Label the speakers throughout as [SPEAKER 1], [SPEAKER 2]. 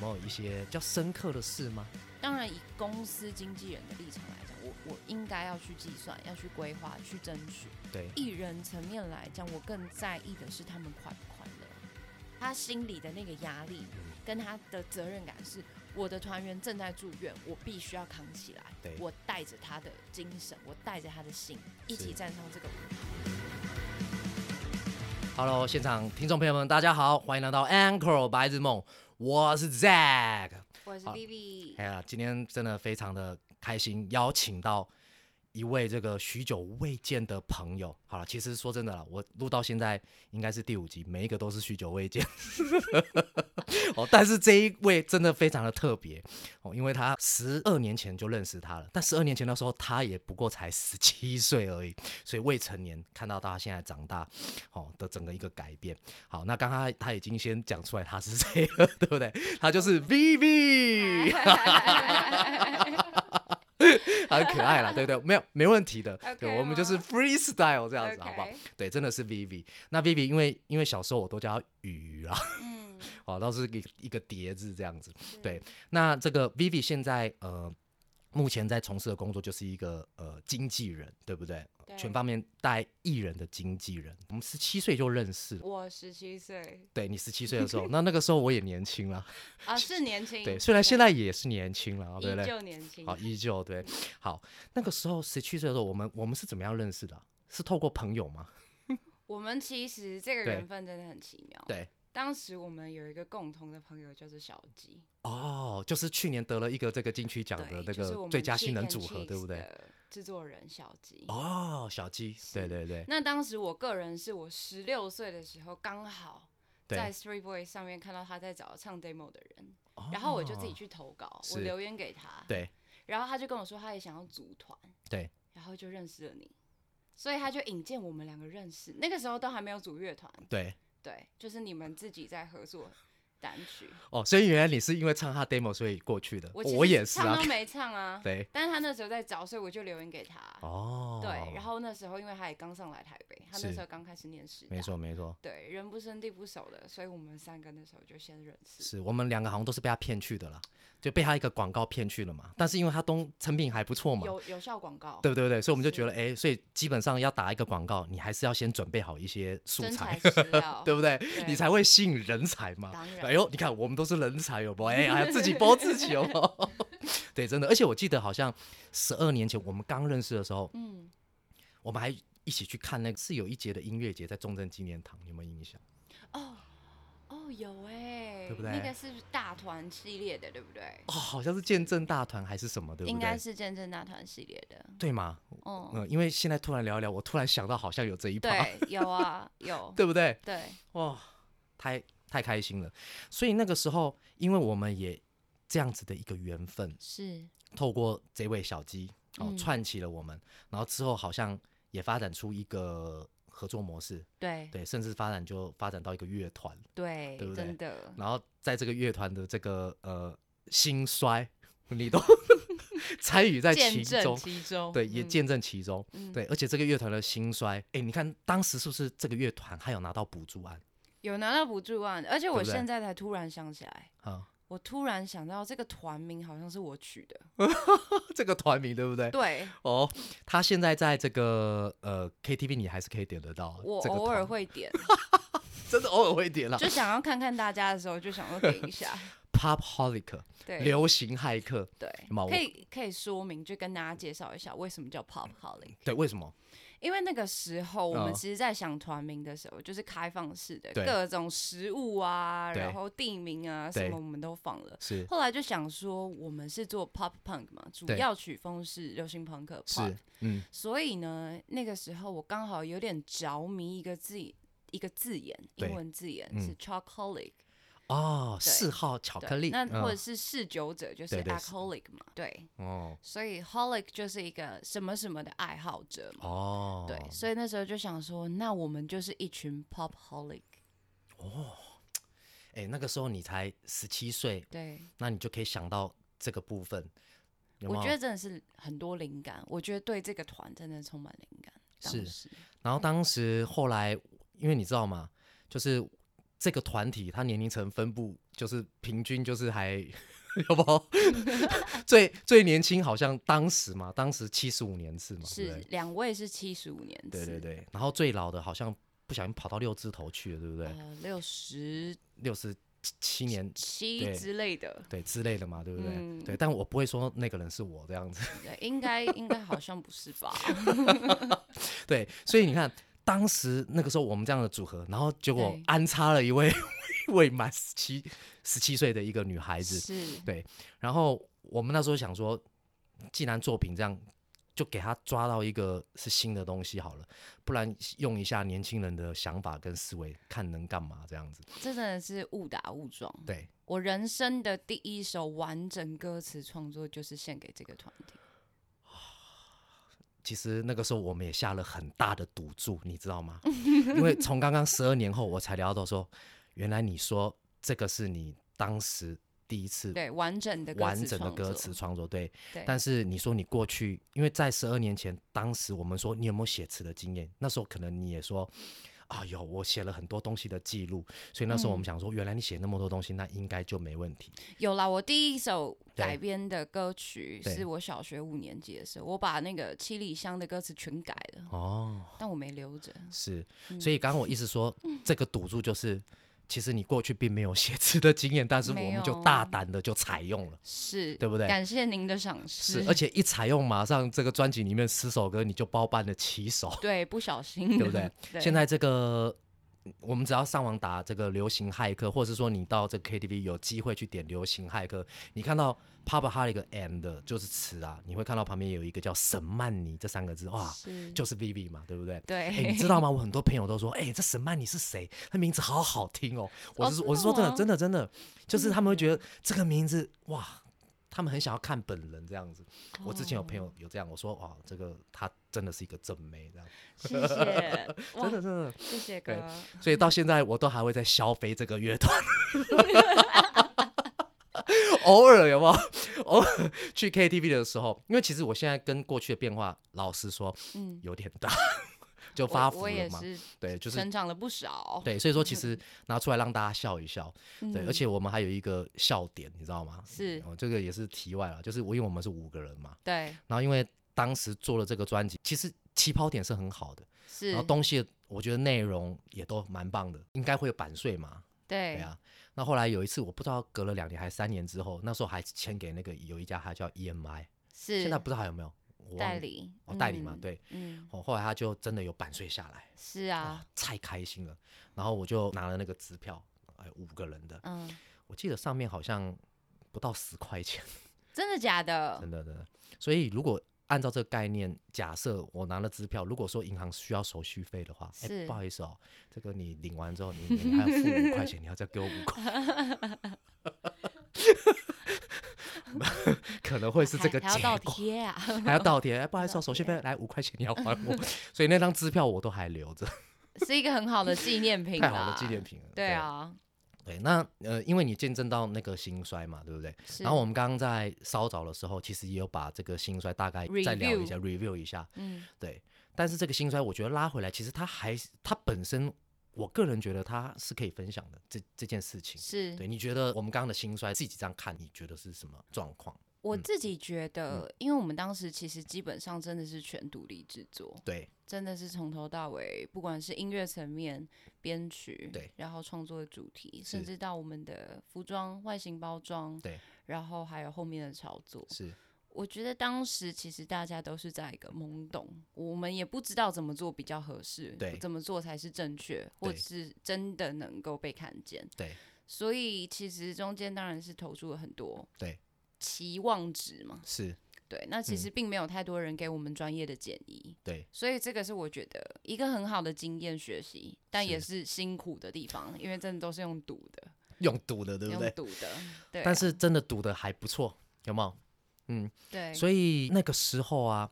[SPEAKER 1] 到一些比较深刻的事吗？
[SPEAKER 2] 当然，以公司经纪人的立场来讲，我我应该要去计算、要去规划、去争取。
[SPEAKER 1] 对，
[SPEAKER 2] 艺人层面来讲，我更在意的是他们快不快乐，他心里的那个压力
[SPEAKER 1] 嗯
[SPEAKER 2] 跟他的责任感是，我的团员正在住院，我必须要扛起来
[SPEAKER 1] 对，
[SPEAKER 2] 我带着他的精神，我带着他的心，一起站上这个舞台。
[SPEAKER 1] Hello，现场听众朋友们，大家好，欢迎来到 Anchor 白日梦，我是 Zack。
[SPEAKER 2] 我是
[SPEAKER 1] 好
[SPEAKER 2] Vivi，
[SPEAKER 1] 哎呀，今天真的非常的开心，邀请到一位这个许久未见的朋友。好了，其实说真的了，我录到现在应该是第五集，每一个都是许久未见。 哦，但是这一位真的非常的特别哦，因为他十二年前就认识他了，但十二年前那时候他也不过才十七岁而已，所以未成年看到他现在长大哦的整个一个改变。好，那刚刚他已经先讲出来他是谁了，对不对？他就是 Vivi。很可爱啦，对对，没有没问题的
[SPEAKER 2] OK
[SPEAKER 1] 对，我们
[SPEAKER 2] 吗
[SPEAKER 1] 就是 freestyle 这样子
[SPEAKER 2] OK
[SPEAKER 1] 好不好？对，真的是 Vivi。那 Vivi 因为因为小时候我都叫她雨啊，
[SPEAKER 2] 嗯，
[SPEAKER 1] 哦，都是一个一个叠字这样子。对，那这个 Vivi 现在呃，目前在从事的工作就是一个呃经纪人，对不对？
[SPEAKER 2] 对
[SPEAKER 1] 全方面带艺人的经纪人。我们十七岁就认识了，
[SPEAKER 2] 我十七 岁
[SPEAKER 1] 对你十七岁的时候，那那个时候我也年轻了，
[SPEAKER 2] 啊，是年轻，
[SPEAKER 1] 对，虽然现在也是年轻了，哦对不
[SPEAKER 2] 依
[SPEAKER 1] 对？
[SPEAKER 2] 旧年轻
[SPEAKER 1] 好，，依旧对。好，那个时候十七岁的时候，我们我们是怎么样认识的啊、是透过朋友吗？
[SPEAKER 3] 我们其实这个
[SPEAKER 1] 对
[SPEAKER 3] 缘分真的很奇妙。
[SPEAKER 1] 对，
[SPEAKER 3] 当时我们有一个共同的朋友，就是小鸡，
[SPEAKER 1] 哦，就是去年得了一个这个金曲奖的
[SPEAKER 3] 对，
[SPEAKER 1] 那
[SPEAKER 3] 就是我
[SPEAKER 1] 个
[SPEAKER 3] 们
[SPEAKER 1] 最佳新
[SPEAKER 3] Chick
[SPEAKER 1] 人
[SPEAKER 3] and
[SPEAKER 1] 组合，对
[SPEAKER 3] Cheese
[SPEAKER 1] 不对？
[SPEAKER 3] 的制作人小鸡。
[SPEAKER 1] 哦，小鸡，对
[SPEAKER 3] 是
[SPEAKER 1] 对对
[SPEAKER 3] 那当时我个人是我十六岁的时候，刚好在
[SPEAKER 1] 对。
[SPEAKER 3] Three Boys 上面看到他在找唱 demo 的人，然后我就自己
[SPEAKER 1] 哦，
[SPEAKER 3] 去投稿，
[SPEAKER 1] 是
[SPEAKER 3] 我留言给他，
[SPEAKER 1] 对
[SPEAKER 3] 然后他就跟我说他也想要组团，
[SPEAKER 1] 对，
[SPEAKER 3] 然后就认识了你，所以他就引荐我们两个认识。那个时候都还没有组乐团，
[SPEAKER 1] 对
[SPEAKER 3] 对，就是你们自己在合作单曲。
[SPEAKER 1] 哦，所以原来你是因为唱他 demo 所以过去的，
[SPEAKER 3] 我
[SPEAKER 1] 我
[SPEAKER 3] 其实
[SPEAKER 1] 也是
[SPEAKER 3] 唱
[SPEAKER 1] 啊。
[SPEAKER 3] 都，没唱啊
[SPEAKER 1] 对，
[SPEAKER 3] 但是他那时候在找，所以我就留言给他。
[SPEAKER 1] 哦，
[SPEAKER 3] 对，然后那时候因为他也刚上来台北，他那时候刚开始念师大，
[SPEAKER 1] 没错没错，
[SPEAKER 3] 对，人不生地不熟的，所以我们三个那时候就先认识。
[SPEAKER 1] 是我们两个好像都是被他骗去的啦，就被他一个广告骗去了嘛。但是因为他东成品还不错嘛，
[SPEAKER 3] 有有效广告，
[SPEAKER 1] 对不对对，所以我们就觉
[SPEAKER 3] 哦是
[SPEAKER 1] 得，哎，所以基本上要打一个广告，你还是要先准备好一些素
[SPEAKER 3] 真
[SPEAKER 1] 材
[SPEAKER 3] 材，实 料，
[SPEAKER 1] 对不对？你
[SPEAKER 3] 对
[SPEAKER 1] 才会吸引人才嘛。
[SPEAKER 3] 当然
[SPEAKER 1] 哎呦，你看我们都是人才，有不？哎呀，自己包自己哦。 对，真的，而且我记得好像十二年前我们刚认识的时候，
[SPEAKER 3] 嗯，
[SPEAKER 1] 我们还一起去看那个是有一节的音乐节在中正纪念堂，你有没有印象？
[SPEAKER 3] 哦哦有哎、
[SPEAKER 1] 对不
[SPEAKER 3] 那
[SPEAKER 1] 对
[SPEAKER 3] 个是大团系列的，对不对？
[SPEAKER 1] 哦，好像是见证大团还是什么，对不
[SPEAKER 3] 应该
[SPEAKER 1] 对？
[SPEAKER 3] 是见证大团系列的，
[SPEAKER 1] 对吗？
[SPEAKER 3] 嗯，
[SPEAKER 1] 嗯，因为现在突然聊一聊，我突然想到好像有这一趴，
[SPEAKER 3] 对，有啊，有，
[SPEAKER 1] 对不对？
[SPEAKER 3] 对，
[SPEAKER 1] 哇，太太开心了。所以那个时候，因为我们也这样子的一个缘分，
[SPEAKER 2] 是
[SPEAKER 1] 透过这位小鸡哦、
[SPEAKER 2] 嗯
[SPEAKER 1] 串起了我们，然后之后好像也发展出一个合作模式，
[SPEAKER 2] 对
[SPEAKER 1] 对，甚至发展就发展到一个乐团，
[SPEAKER 3] 对，
[SPEAKER 1] 对不对
[SPEAKER 3] 真的，
[SPEAKER 1] 然后在这个乐团的这个呃兴衰，你都 参与在其
[SPEAKER 2] 见证
[SPEAKER 1] 中。
[SPEAKER 2] 其中，
[SPEAKER 1] 对，也
[SPEAKER 2] 嗯
[SPEAKER 1] 见证其中。
[SPEAKER 3] 嗯
[SPEAKER 1] 对，而且这个乐团的兴衰，哎，你看当时是不是这个乐团还有拿到补助案
[SPEAKER 3] 有拿到补助案，而且
[SPEAKER 1] 对
[SPEAKER 3] 我
[SPEAKER 1] 不对
[SPEAKER 3] 现在才突然想起来，
[SPEAKER 1] 啊、
[SPEAKER 3] 我突然想到这个团名好像是我取的，
[SPEAKER 1] 这个团名对不对？
[SPEAKER 3] 对
[SPEAKER 1] 哦，他现在在这个呃 KTV 你还是可以点得到，
[SPEAKER 3] 我
[SPEAKER 1] 这个
[SPEAKER 3] 偶尔
[SPEAKER 1] 团
[SPEAKER 3] 会点，
[SPEAKER 1] 真的偶尔会点啦。
[SPEAKER 3] 就想要看看大家的时候，就想要点一下。
[SPEAKER 1] Pop Holic
[SPEAKER 3] 对
[SPEAKER 1] 流行骇客，
[SPEAKER 3] 对
[SPEAKER 1] 嘛我，
[SPEAKER 3] 可以可以说明，就跟大家介绍一下为什么
[SPEAKER 1] 嗯
[SPEAKER 3] 叫 Pop Holic。
[SPEAKER 1] 对，为什么？
[SPEAKER 3] 因为那个时候我
[SPEAKER 1] 哦
[SPEAKER 3] 们其实，在想团名的时候，就是开放式的
[SPEAKER 1] 对
[SPEAKER 3] 各种食物啊，
[SPEAKER 1] 对
[SPEAKER 3] 然后地名啊
[SPEAKER 1] 对
[SPEAKER 3] 什么我们都放了。
[SPEAKER 1] 是
[SPEAKER 3] 后来就想说，我们是做 Pop Punk 嘛，主
[SPEAKER 1] 对
[SPEAKER 3] 要曲风是流行朋克 Pop
[SPEAKER 1] 是。，嗯，
[SPEAKER 3] 所以呢，那个时候我刚好有点着迷一个字一个字眼，
[SPEAKER 1] 对
[SPEAKER 3] 英文字眼
[SPEAKER 1] 嗯
[SPEAKER 3] 是 chocolate，
[SPEAKER 1] 哦，
[SPEAKER 3] 对
[SPEAKER 1] 四号巧克
[SPEAKER 3] 对，
[SPEAKER 1] 力，
[SPEAKER 3] 那
[SPEAKER 1] 嗯
[SPEAKER 3] 或者是嗜酒者就是
[SPEAKER 1] 对对
[SPEAKER 3] alcoholic 嘛，对，
[SPEAKER 1] 哦
[SPEAKER 3] 所以 holic 就是一个什么什么的爱好者嘛，
[SPEAKER 1] 哦，
[SPEAKER 3] 对，所以那时候就想说，那我们就是一群 pop holic，
[SPEAKER 1] 哎，那个时候你才十七岁，
[SPEAKER 3] 对，
[SPEAKER 1] 那你就可以想到这个部分，有没
[SPEAKER 3] 我
[SPEAKER 1] 有
[SPEAKER 3] 觉得真的是很多灵感，我觉得对这个团真的充满灵感，当
[SPEAKER 1] 是
[SPEAKER 3] 时
[SPEAKER 1] 然后当时后来，因为你知道吗？就是这个团体它年龄层分布就是平均就是还 有不 好最最年轻好像当时嘛，当时七十五年次嘛，对不
[SPEAKER 3] 是
[SPEAKER 1] 对
[SPEAKER 3] 两位是七十五年
[SPEAKER 1] 对
[SPEAKER 3] 次，
[SPEAKER 1] 对对，然后最老的好像不小心跑到六字头去了，对不对？
[SPEAKER 3] 嗯
[SPEAKER 2] 呃，六十
[SPEAKER 1] 六十七年
[SPEAKER 3] 七
[SPEAKER 1] 对
[SPEAKER 3] 之类的，
[SPEAKER 1] 对之类的嘛，对不对？
[SPEAKER 3] 嗯
[SPEAKER 1] 对，但我不会说那个人是我这样子。
[SPEAKER 2] 对，应该应该好像不是吧？
[SPEAKER 1] 对，所以你看，当时那个时候我们这样的组合，然后结果
[SPEAKER 3] 对
[SPEAKER 1] 安插了一位 未满十七十七岁的一个女孩子，
[SPEAKER 3] 是
[SPEAKER 1] 然后我们那时候想说，既然作品这样，就给她抓到一个是新的东西好了，不然用一下年轻人的想法跟思维，看能干嘛这样子。
[SPEAKER 3] 这真的是误打误撞。
[SPEAKER 1] 对，
[SPEAKER 3] 我人生的第一首完整歌词创作就是献给这个团体，
[SPEAKER 1] 其实那个时候我们也下了很大的赌注，你知道吗？因为从刚刚十二年后我才聊到说，原来你说这个是你当时第一次
[SPEAKER 3] 对，完整的歌词
[SPEAKER 1] 完整的
[SPEAKER 3] 创作
[SPEAKER 1] 歌词，创作，对。
[SPEAKER 3] 对，
[SPEAKER 1] 但是你说你过去，因为在十二年前，当时我们说你有没有写词的经验？那时候可能你也说。啊，有我写了很多东西的记录，所以那时候
[SPEAKER 3] 嗯
[SPEAKER 1] 我们想说，原来你写那么多东西，那应该就没问题。
[SPEAKER 3] 有啦，我第一首
[SPEAKER 1] 对
[SPEAKER 3] 改编的歌曲
[SPEAKER 1] 对
[SPEAKER 3] 是我小学五年级的时候，我把那个七里香的歌词全改了，
[SPEAKER 1] 哦，
[SPEAKER 3] 但我没留着。
[SPEAKER 1] 是，
[SPEAKER 3] 嗯
[SPEAKER 1] 所以刚刚我一直说这个赌注就是，其实你过去并没有写词的经验，但是我
[SPEAKER 3] 没
[SPEAKER 1] 们就
[SPEAKER 3] 有
[SPEAKER 1] 大胆的就采用了，
[SPEAKER 3] 是，
[SPEAKER 1] 对不对
[SPEAKER 3] 感谢您的赏识。
[SPEAKER 1] 是，而且一采用，马上这个专辑里面十首歌你就包办了七 首，
[SPEAKER 3] 对，不小心，
[SPEAKER 1] 对不对？
[SPEAKER 3] 对
[SPEAKER 1] 现在这个，我们只要上网打这个流行骇客，或者是说你到这个 KTV 有机会去点流行骇客，你看到 Papa h a r i c and 就是词啊，你会看到旁边有一个叫沈曼妮这三个字，哇，
[SPEAKER 3] 是
[SPEAKER 1] 就是 Vivi 嘛，对不对？
[SPEAKER 3] 对、
[SPEAKER 1] 哎、你知道吗？我很多朋友都说，哎、这沈曼你是谁？他名字好好听哦。我
[SPEAKER 3] 哦
[SPEAKER 1] 是、
[SPEAKER 3] 真的
[SPEAKER 1] 我是说真的，
[SPEAKER 3] 吗嗯
[SPEAKER 1] 真的真的，就是他们会觉得这个名字哇，他们很想要看本人这样子。我之前有朋友
[SPEAKER 3] 哦
[SPEAKER 1] 有这样，我说哇，这个她真的是一个正妹这样，
[SPEAKER 3] 谢谢，哇
[SPEAKER 1] 真的真的。
[SPEAKER 3] 谢谢
[SPEAKER 1] 对
[SPEAKER 3] 哥，
[SPEAKER 1] 所以到现在我都还会在消费这个乐团。 偶尔有没有？偶尔去 KTV 的时候，因为其实我现在跟过去的变化，老实说
[SPEAKER 3] 嗯，
[SPEAKER 1] 有点大， 就
[SPEAKER 3] 我
[SPEAKER 1] 发福
[SPEAKER 3] 我也
[SPEAKER 1] 了嘛。
[SPEAKER 3] 是
[SPEAKER 1] 对，就是
[SPEAKER 3] 成长了不少，
[SPEAKER 1] 对，所以说其实拿出来让大家笑一笑，对，而
[SPEAKER 3] 嗯
[SPEAKER 1] 且我们还有一个笑点，你知道吗？
[SPEAKER 3] 是
[SPEAKER 1] 哦，这个也是题外了，就是我因为我们是五个人嘛，
[SPEAKER 3] 对
[SPEAKER 1] 然后因为当时做了这个专辑，其实起跑点是很好的，然
[SPEAKER 3] 是
[SPEAKER 1] 后，东西我觉得内容也都蛮棒的，应该会有版税嘛，对
[SPEAKER 3] 对
[SPEAKER 1] 啊。那后来有一次我不知道隔了两年还是三年之后，那时候还签给那个有一家还叫 EMI，
[SPEAKER 3] 是
[SPEAKER 1] 现在不知道还有没有我忘
[SPEAKER 3] 代
[SPEAKER 1] 了
[SPEAKER 3] 理
[SPEAKER 1] 哦代理嘛，
[SPEAKER 3] 嗯
[SPEAKER 1] 对，
[SPEAKER 3] 嗯，
[SPEAKER 1] 哦后来他就真的有版税下来。
[SPEAKER 3] 是
[SPEAKER 1] 哇
[SPEAKER 3] 啊，，
[SPEAKER 1] 哦太开心了。然后我就拿了那个支票，哎，五个人的，
[SPEAKER 3] 嗯，
[SPEAKER 1] 我记得上面好像不到十块钱，
[SPEAKER 3] 真的假的
[SPEAKER 1] 真？的真的。所以如果按照这个概念，假设我拿了支票，如果说银行需要手续费的话，哎，
[SPEAKER 3] 是
[SPEAKER 1] 不好意思哦，这个你领完之后，你你还要付五块钱，你要再给我五块。 可能会是这个
[SPEAKER 3] 还还
[SPEAKER 1] 结
[SPEAKER 3] 要倒
[SPEAKER 1] 果，
[SPEAKER 3] 贴啊，
[SPEAKER 1] 还要倒贴，哎不好意思哦，
[SPEAKER 3] 倒
[SPEAKER 1] 手续
[SPEAKER 3] 贴
[SPEAKER 1] 费来五块钱，你要还 我。所以那张支票我都还留着，
[SPEAKER 3] 是一个很好的纪念品，
[SPEAKER 1] 太好的纪念。品了。
[SPEAKER 3] 对啊，
[SPEAKER 1] 对，那呃，因为你见证到那个兴衰嘛，对不对？
[SPEAKER 3] 是
[SPEAKER 1] 然后我们刚刚在稍早的时候，其实也有把这个兴衰大概再聊一下 review 一下，
[SPEAKER 3] 嗯，
[SPEAKER 1] 对。但是这个兴衰，我觉得拉回来，其实它还是它本身，我个人觉得它是可以分享的这这件事情。
[SPEAKER 3] 是
[SPEAKER 1] 对，你觉得我们刚刚的兴衰自己这样看，你觉得是什么状况？
[SPEAKER 3] 我
[SPEAKER 1] 嗯
[SPEAKER 3] 自己觉得，因为我们当时其实基本上真的是全独立制作，
[SPEAKER 1] 对，
[SPEAKER 3] 真的是从头到尾，不管是音乐层面、编曲，
[SPEAKER 1] 对，
[SPEAKER 3] 然后创作的主题，
[SPEAKER 1] 是
[SPEAKER 3] 甚至到我们的服装、外形包装，
[SPEAKER 1] 对，
[SPEAKER 3] 然后还有后面的操作，
[SPEAKER 1] 是
[SPEAKER 3] 我觉得当时其实大家都是在一个懵懂，我们也不知道怎么做比较合适，
[SPEAKER 1] 对
[SPEAKER 3] 怎么做才是正确，或
[SPEAKER 1] 对
[SPEAKER 3] 者是真的能够被看见。
[SPEAKER 1] 对，
[SPEAKER 3] 所以其实中间当然是投出了很多
[SPEAKER 1] 对
[SPEAKER 3] 期望值嘛，
[SPEAKER 1] 是，
[SPEAKER 3] 对，那其
[SPEAKER 1] 嗯
[SPEAKER 3] 实并没有太多人给我们专业的建议，
[SPEAKER 1] 对，
[SPEAKER 3] 所以这个是我觉得一个很好的经验学习，但
[SPEAKER 1] 是
[SPEAKER 3] 也是辛苦的地方，因为真的都是用赌的，
[SPEAKER 1] 用赌的，对不
[SPEAKER 3] 用
[SPEAKER 1] 对？
[SPEAKER 3] 赌的，对啊、
[SPEAKER 1] 但是真的赌的还不错，有没有？嗯
[SPEAKER 3] 对，
[SPEAKER 1] 所以那个时候啊，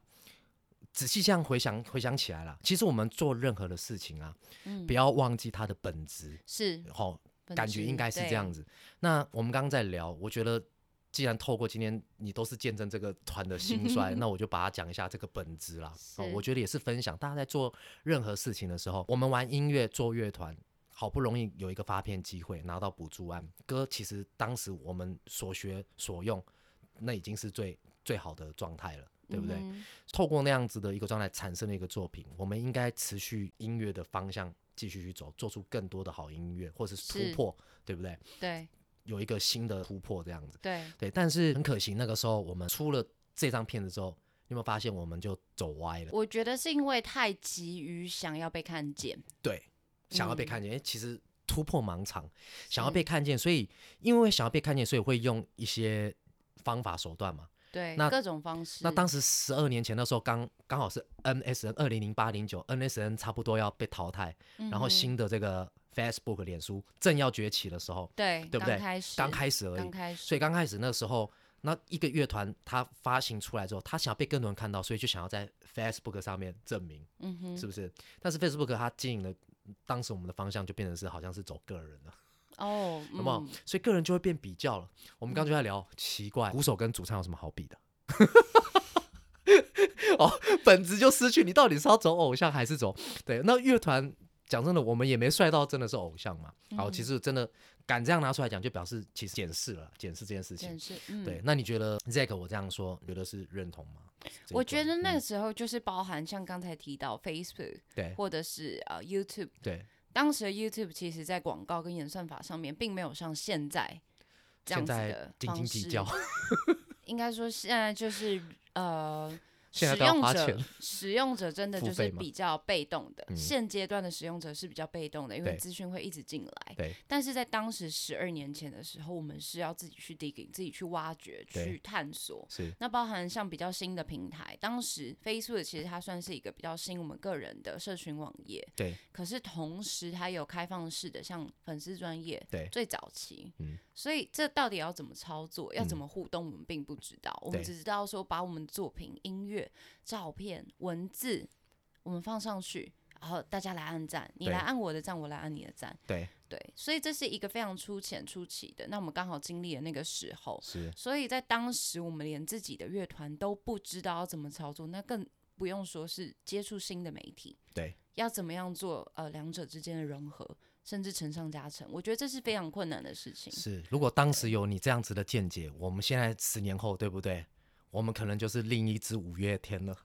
[SPEAKER 1] 仔细这样回想回想起来了，其实我们做任何的事情啊，
[SPEAKER 3] 嗯
[SPEAKER 1] 不要忘记它的本质，
[SPEAKER 3] 是
[SPEAKER 1] 好、
[SPEAKER 3] 本
[SPEAKER 1] 感觉
[SPEAKER 3] 质
[SPEAKER 1] 应该是这
[SPEAKER 3] 对
[SPEAKER 1] 样子。那我们刚刚在聊，我觉得既然透过今天你都是见证这个团的兴 衰，那我就把它讲一下这个本质啦。哦
[SPEAKER 3] 是
[SPEAKER 1] 我觉得也是分享，大家在做任何事情的时候，我们玩音乐做乐团。好不容易有一个发片机会，拿到补助案，歌其实当时我们所学所用，那已经是最最好的状态了，对不对？
[SPEAKER 4] 嗯
[SPEAKER 1] 透过那样子的一个状态产生了一个作品，我们应该持续音乐的方向继续去走，做出更多的好音乐，或者是
[SPEAKER 4] 是
[SPEAKER 1] 突破，对不对？
[SPEAKER 4] 哼对
[SPEAKER 1] 有一个新的突破这样子。
[SPEAKER 4] 对，
[SPEAKER 1] 对，但是很可惜，那个时候我们出了这张片子之后，你有没有发现我们就走歪了？
[SPEAKER 3] 我觉得是因为太急于想要被看见，
[SPEAKER 1] 对，想要被
[SPEAKER 3] 嗯
[SPEAKER 1] 看见，诶其实突破盲场，想要被看见，所以因为想要被看见，所以会用一些方法手段嘛。
[SPEAKER 3] 对
[SPEAKER 1] 那
[SPEAKER 3] 各种方式。
[SPEAKER 1] 那当时十二年前那时候刚刚好是 NSN 二零零八零九 NSN 差不多要被淘汰，然后
[SPEAKER 3] 嗯哼
[SPEAKER 1] 新的这个 Facebook 脸书正要崛起的时候，
[SPEAKER 3] 对
[SPEAKER 1] 对不对
[SPEAKER 3] 刚开始
[SPEAKER 1] 刚开始而已
[SPEAKER 3] 刚。开始，
[SPEAKER 1] 所以刚开始那时候，那一个乐团它发行出来之后，它想要被更多人看到，所以就想要在 Facebook 上面证明，
[SPEAKER 3] 嗯哼，
[SPEAKER 1] 是不是？但是 Facebook 它经营的，当时我们的方向就变成是好像是走个人了，
[SPEAKER 3] 哦，
[SPEAKER 1] 有没有
[SPEAKER 3] 嗯？
[SPEAKER 1] 所以个人就会变比较了。我们刚刚就在聊，奇怪，鼓手跟主唱有什么好比的？ 哦，本质就失去，你到底是要走偶像还是走？对，那乐团讲真的，我们也没帅到真的是偶像嘛。好，
[SPEAKER 3] 嗯
[SPEAKER 1] 其实真的敢这样拿出来讲，就表示其实检视了，检视这件事情
[SPEAKER 3] 真。是，嗯，
[SPEAKER 1] 对，那你觉得 Zack 我这样说，你觉得是认同吗？这一
[SPEAKER 3] 我觉
[SPEAKER 1] 段
[SPEAKER 3] 得那
[SPEAKER 1] 嗯
[SPEAKER 3] 个时候就是包含像刚才提到 Facebook
[SPEAKER 1] 对
[SPEAKER 3] 或者是呃 YouTube，
[SPEAKER 1] 对，
[SPEAKER 3] 当时的 YouTube 其实在广告跟演算法上面并没有像现在这样
[SPEAKER 1] 现
[SPEAKER 3] 子
[SPEAKER 1] 在
[SPEAKER 3] 的
[SPEAKER 1] 斤斤
[SPEAKER 3] 方
[SPEAKER 1] 计
[SPEAKER 3] 式，
[SPEAKER 1] 较，
[SPEAKER 3] 应该说现在就是呃。
[SPEAKER 1] 现在
[SPEAKER 3] 使
[SPEAKER 1] 都要
[SPEAKER 3] 用
[SPEAKER 1] 花
[SPEAKER 3] 者
[SPEAKER 1] 钱
[SPEAKER 3] 使用者真的
[SPEAKER 1] 付
[SPEAKER 3] 就
[SPEAKER 1] 费
[SPEAKER 3] 是
[SPEAKER 1] 吗
[SPEAKER 3] 比较被动的，
[SPEAKER 1] 嗯
[SPEAKER 3] 现阶段的使用者是比较被动的，因为
[SPEAKER 1] 对
[SPEAKER 3] 资讯会一直进来。
[SPEAKER 1] 对，
[SPEAKER 3] 但是在当时十二年前的时候，我们是要自己去 digging，自己去挖掘、
[SPEAKER 1] 对
[SPEAKER 3] 去探索。
[SPEAKER 1] 是
[SPEAKER 3] 那包含像比较新的平台，当时 Facebook 其实它算是一个比较新我们个人的社群网页，
[SPEAKER 1] 对
[SPEAKER 3] 可是同时它有开放式的，像粉丝专业，
[SPEAKER 1] 对
[SPEAKER 3] 最早期，
[SPEAKER 1] 嗯
[SPEAKER 3] 所以这到底要怎么操作，要
[SPEAKER 1] 嗯
[SPEAKER 3] 怎么互动，我们并不知道，我们
[SPEAKER 1] 对
[SPEAKER 3] 只知道说把我们的作品、音乐、照片、文字，我们放上去，然后大家来按赞，你
[SPEAKER 1] 对
[SPEAKER 3] 来按我的赞，我来按你的赞，
[SPEAKER 1] 对
[SPEAKER 3] 对，所以这是一个非常粗浅初期的，那我们刚好经历了那个时候，
[SPEAKER 1] 是
[SPEAKER 3] 所以在当时，我们连自己的乐团都不知道要怎么操作，那更不用说是接触新的媒体，
[SPEAKER 1] 对，
[SPEAKER 3] 要怎么样做呃两者之间的融合，甚至成上加成，我觉得这是非常困难的事情。
[SPEAKER 1] 是。如果当时有你这样子的见解，我们现在十年后对不对？我们可能就是另一支五月天 了，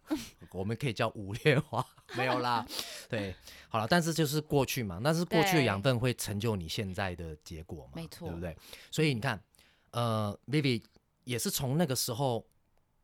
[SPEAKER 1] 我们可以叫五月花，没有啦。对，好了，但是就是过去嘛，但是过去的养
[SPEAKER 3] 对
[SPEAKER 1] 分会成就你现在的结果嘛，
[SPEAKER 3] 没
[SPEAKER 1] 对不
[SPEAKER 3] 错
[SPEAKER 1] 对？所以你看，呃，Vivi 也是从那个时候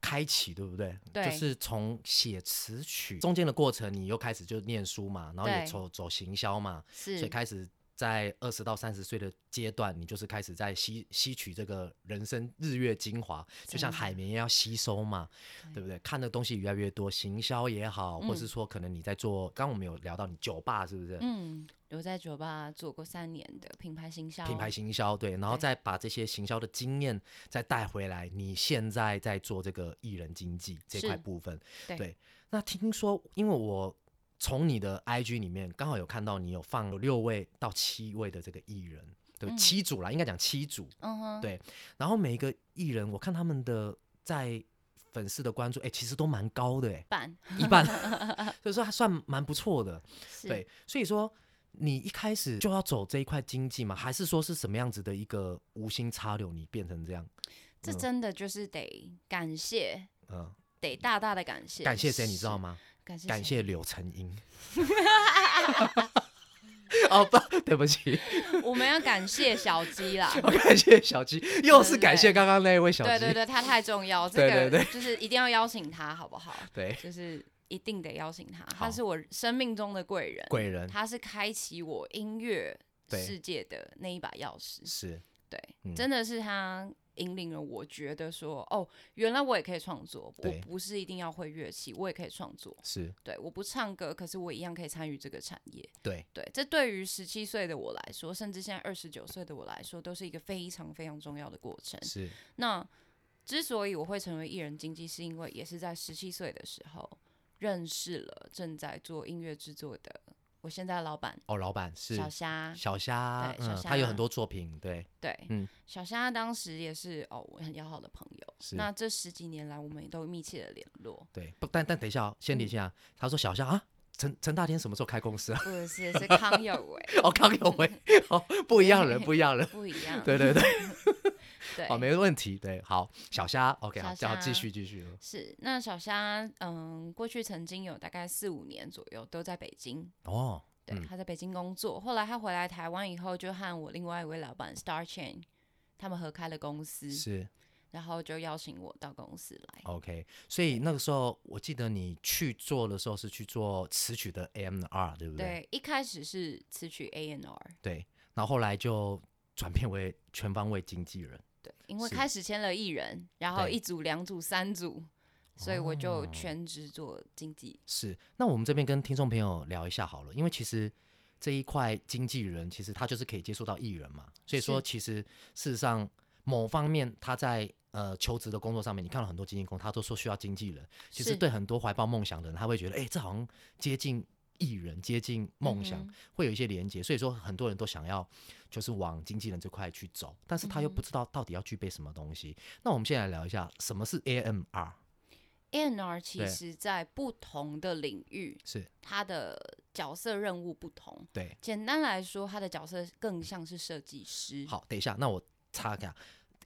[SPEAKER 1] 开启，对不对？
[SPEAKER 3] 对
[SPEAKER 1] 就是从写词曲中间的过程，你又开始就念书嘛，然后也
[SPEAKER 3] 对
[SPEAKER 1] 走走行销嘛，所以
[SPEAKER 3] 是，
[SPEAKER 1] 开始在二十到三十岁的阶段，你就是开始在吸吸取这个人生日月精华，就像
[SPEAKER 3] 真的
[SPEAKER 1] 海绵一样吸收嘛，对不对？看的东西越来越多，行销也好，或是
[SPEAKER 3] 嗯
[SPEAKER 1] 说可能你在做，刚刚我们有聊到你酒吧是不是？
[SPEAKER 3] 嗯，我在酒吧做过三年的品牌行销，
[SPEAKER 1] 品牌行销对，然后
[SPEAKER 3] 对
[SPEAKER 1] 再把这些行销的经验再带回来，你现在在做这个艺人经济这块
[SPEAKER 3] 是
[SPEAKER 1] 部分。
[SPEAKER 3] 对
[SPEAKER 1] 那听说，因为我从你的 IG 里面刚好有看到你有放有六位到七位的这个艺人，对，
[SPEAKER 3] 嗯
[SPEAKER 1] 七组啦，应该讲七组。
[SPEAKER 3] 嗯哼，
[SPEAKER 1] 对然后每一个艺人，我看他们的在粉丝的关注，哎，其实都蛮高的，哎，
[SPEAKER 3] 办
[SPEAKER 1] 一半， 所以说还算蛮不错的。
[SPEAKER 3] 是
[SPEAKER 1] 对，所以说你一开始就要走这一块经济吗？还是说是什么样子的一个无心插柳，你变成这样？
[SPEAKER 3] 这
[SPEAKER 1] 嗯
[SPEAKER 3] 真的就是得感谢，
[SPEAKER 1] 嗯，
[SPEAKER 3] 得大大的感谢，
[SPEAKER 1] 感谢谁你知道？吗？
[SPEAKER 3] 感谢
[SPEAKER 1] 感
[SPEAKER 3] 谁
[SPEAKER 1] 谢柳成 英。哦不，对不起，
[SPEAKER 3] 我们要感谢小鸡啦，
[SPEAKER 1] 我感谢小鸡，又是感谢
[SPEAKER 3] 对对对
[SPEAKER 1] 刚刚那一位小鸡。
[SPEAKER 3] 对对对，他太重要，这
[SPEAKER 1] 对对
[SPEAKER 3] 个
[SPEAKER 1] 对
[SPEAKER 3] 就是一定要邀请他，好不好？
[SPEAKER 1] 对
[SPEAKER 3] 就是一定得邀请他，
[SPEAKER 1] 好
[SPEAKER 3] 他是我生命中的贵人，
[SPEAKER 1] 贵人
[SPEAKER 3] 他是开启我音乐
[SPEAKER 1] 对
[SPEAKER 3] 世界的那一把钥匙，
[SPEAKER 1] 是
[SPEAKER 3] 对，
[SPEAKER 1] 嗯
[SPEAKER 3] 真的是他。引领了我觉得说哦，原来我也可以创作，我
[SPEAKER 1] 对
[SPEAKER 3] 不是一定要会乐器，我也可以创作。
[SPEAKER 1] 是，
[SPEAKER 3] 对，我不唱歌，可是我一样可以参与这个产业。
[SPEAKER 1] 对
[SPEAKER 3] 对，这对于十七岁的我来说，甚至现在二十九岁的我来说，都是一个非常非常重要的过程。
[SPEAKER 1] 是
[SPEAKER 3] 那之所以我会成为艺人经纪，是因为也是在十七岁的时候认识了正在做音乐制作的我现在的老板
[SPEAKER 1] 哦，老板是
[SPEAKER 3] 小虾。
[SPEAKER 1] 小虾，
[SPEAKER 3] 对小
[SPEAKER 1] 嗯，他有很
[SPEAKER 3] 虾
[SPEAKER 1] 多作品，对
[SPEAKER 3] 对，
[SPEAKER 1] 嗯
[SPEAKER 3] 小虾当时也是哦，我很要好的朋友。
[SPEAKER 1] 是
[SPEAKER 3] 那这十几年来，我们也都密切的联络。嗯
[SPEAKER 1] 对。不，但但等一下哦，先停一下。他说小虾啊，陈陈大天什么时候开公司啊？
[SPEAKER 3] 不是是康有为，
[SPEAKER 1] 哦，康有为，哦，不一样人，不一样人，
[SPEAKER 3] 不一样。
[SPEAKER 1] 对对对，
[SPEAKER 3] 对
[SPEAKER 1] 好，没问题，对，好，小虾，OK，好，
[SPEAKER 3] 小
[SPEAKER 1] 好，继
[SPEAKER 3] 虾
[SPEAKER 1] 续继续，
[SPEAKER 3] 是那小虾，嗯，过去曾经有大概四五年左右都在北京，
[SPEAKER 1] 哦，
[SPEAKER 3] 对，
[SPEAKER 1] 嗯
[SPEAKER 3] 他在北京工作。后来他回来台湾以后，就和我另外一位老板 Star Chain 他们合开了公司，
[SPEAKER 1] 是
[SPEAKER 3] 然后就邀请我到公司来。
[SPEAKER 1] OK，所以那个时候我记得你去做的时候是去做词曲的 AMR，对不对？
[SPEAKER 3] 对，一开始是词曲 A N R，
[SPEAKER 1] 对，然后后来就转变为全方位经纪人，
[SPEAKER 3] 对，因为
[SPEAKER 1] 是
[SPEAKER 3] 开始签了艺人，然后
[SPEAKER 1] 对
[SPEAKER 3] 一组、两组、三组，所以我就
[SPEAKER 1] 哦
[SPEAKER 3] 全职做经济。
[SPEAKER 1] 是，那我们这边跟听众朋友聊一下好了，因为其实这一块经纪人其实他就是可以接触到艺人嘛，所以说
[SPEAKER 3] 是
[SPEAKER 1] 其实事实上某方面他在呃求职的工作上面，你看了很多经纪公司，他都说需要经纪人，其实
[SPEAKER 3] 是
[SPEAKER 1] 对很多怀抱梦想的人，他会觉得哎、诶这好像接近艺人，接近梦想，
[SPEAKER 3] 嗯哼
[SPEAKER 1] 会有一些连接，所以说很多人都想要就是往经纪人这块去走，但是他
[SPEAKER 3] 嗯
[SPEAKER 1] 又不知道到底要具备什么东西。那我们先来聊一下什么是 AMR，
[SPEAKER 3] A N R 其
[SPEAKER 1] 对
[SPEAKER 3] 实在不同的领域，
[SPEAKER 1] 是
[SPEAKER 3] 它的角色任务不同。
[SPEAKER 1] 对。
[SPEAKER 3] 简单来说，他的角色更像是设计师。，
[SPEAKER 1] 好，等一下，那我插一下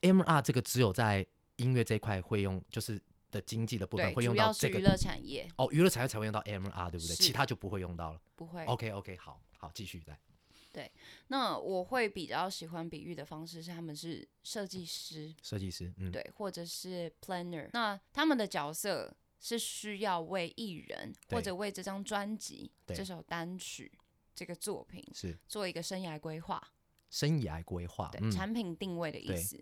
[SPEAKER 1] ，MR 这个只有在音乐这一块会用，就是的经济的部分
[SPEAKER 3] 对，
[SPEAKER 1] 会用
[SPEAKER 3] 主
[SPEAKER 1] 到
[SPEAKER 3] 要
[SPEAKER 1] 这
[SPEAKER 3] 是娱
[SPEAKER 1] 个
[SPEAKER 3] 乐产业，
[SPEAKER 1] 哦，娱乐产业才会用到 MR，对不对？其
[SPEAKER 3] 是
[SPEAKER 1] 他就不会用到了。
[SPEAKER 3] 不会。
[SPEAKER 1] OK OK，好好，继续来。
[SPEAKER 3] 那我会比较喜欢比喻的方式是，他们是设计师，
[SPEAKER 1] 设计师，嗯，
[SPEAKER 3] 对，或者是 planner。那他们的角色是需要为艺人
[SPEAKER 1] 对
[SPEAKER 3] 或者为这张专辑、
[SPEAKER 1] 对
[SPEAKER 3] 这首单曲、这个作品
[SPEAKER 1] 是
[SPEAKER 3] 做一个生涯规划，
[SPEAKER 1] 生涯规划，
[SPEAKER 3] 对、
[SPEAKER 1] 嗯，
[SPEAKER 3] 产品定位的意
[SPEAKER 1] 对
[SPEAKER 3] 思。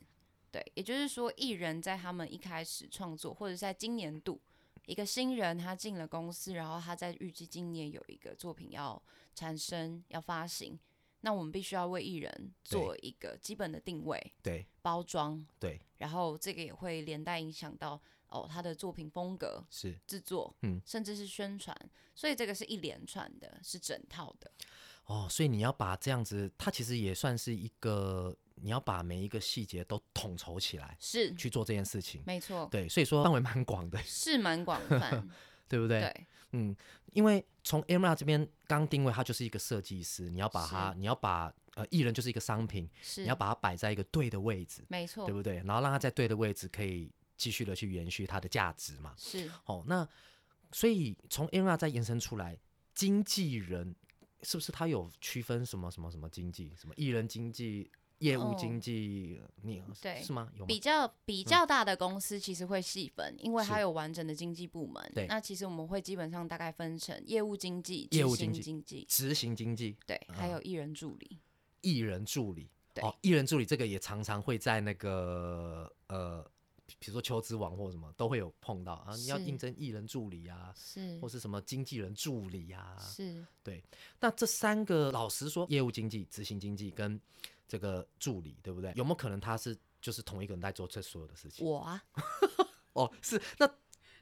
[SPEAKER 3] 对，也就是说，艺人在他们一开始创作，或者在今年度，一个新人他进了公司，然后他在预计今年有一个作品要产生、要发行，那我们必须要为艺人
[SPEAKER 1] 对
[SPEAKER 3] 做一个基本的定位、
[SPEAKER 1] 对
[SPEAKER 3] 包装，
[SPEAKER 1] 对
[SPEAKER 3] 然后这个也会连带影响到哦他的作品风格、
[SPEAKER 1] 是。
[SPEAKER 3] 制作，
[SPEAKER 1] 嗯
[SPEAKER 3] 甚至 是宣传，所以这个是一连串的，是整套的，
[SPEAKER 1] 哦，所以你要把这样子，它其实也算是一个，你要把每一个细节都统筹起来
[SPEAKER 3] 是
[SPEAKER 1] 去做这件事情。
[SPEAKER 3] 没错，
[SPEAKER 1] 对，所以说范围蛮广的，
[SPEAKER 3] 是蛮广泛，
[SPEAKER 1] 对不对？
[SPEAKER 3] 对，
[SPEAKER 1] 嗯，因为从 m r 这边刚定位，它就是一个设计师，你要把它，
[SPEAKER 3] 是
[SPEAKER 1] 你要把呃艺人就是一个商品，
[SPEAKER 3] 是
[SPEAKER 1] 你要把它摆在一个对的位置，
[SPEAKER 3] 没错
[SPEAKER 1] 对，不对？然后让它在对的位置可以继续的去延续它的价值嘛。
[SPEAKER 3] 是
[SPEAKER 1] 哦，那所以从 m r 再延伸出来，经纪人是不是它有区分什么什么什么经济，什么艺人经济、业务
[SPEAKER 3] 哦
[SPEAKER 1] 经济？你
[SPEAKER 3] 对
[SPEAKER 1] 是吗？有吗
[SPEAKER 3] 比？较比较大的公司其实会细分，因为它
[SPEAKER 1] 哦嗯是
[SPEAKER 3] 有完整的经济部门
[SPEAKER 1] 对。
[SPEAKER 3] 那其实我们会基本上大概分成业务经济、
[SPEAKER 1] 业
[SPEAKER 3] 执
[SPEAKER 1] 务经
[SPEAKER 3] 行
[SPEAKER 1] 济啊
[SPEAKER 3] 经济，
[SPEAKER 1] 执行经济、
[SPEAKER 3] 对，还有艺人助理。
[SPEAKER 1] 艺人助理。
[SPEAKER 3] 对
[SPEAKER 1] 哦，艺人助理这个也常常会在那个呃，比如说求职网或什么都会有碰到啊，你要
[SPEAKER 3] 是
[SPEAKER 1] 应征艺人助理啊，
[SPEAKER 3] 是
[SPEAKER 1] 或是什么经纪人助理啊。
[SPEAKER 3] 是
[SPEAKER 1] 那这三个，老实说，业务经济、执行经济跟这个助理，对不对？有没有可能他是就是同一个人在做这所有的事情？
[SPEAKER 3] 我啊，
[SPEAKER 1] 哦，是那。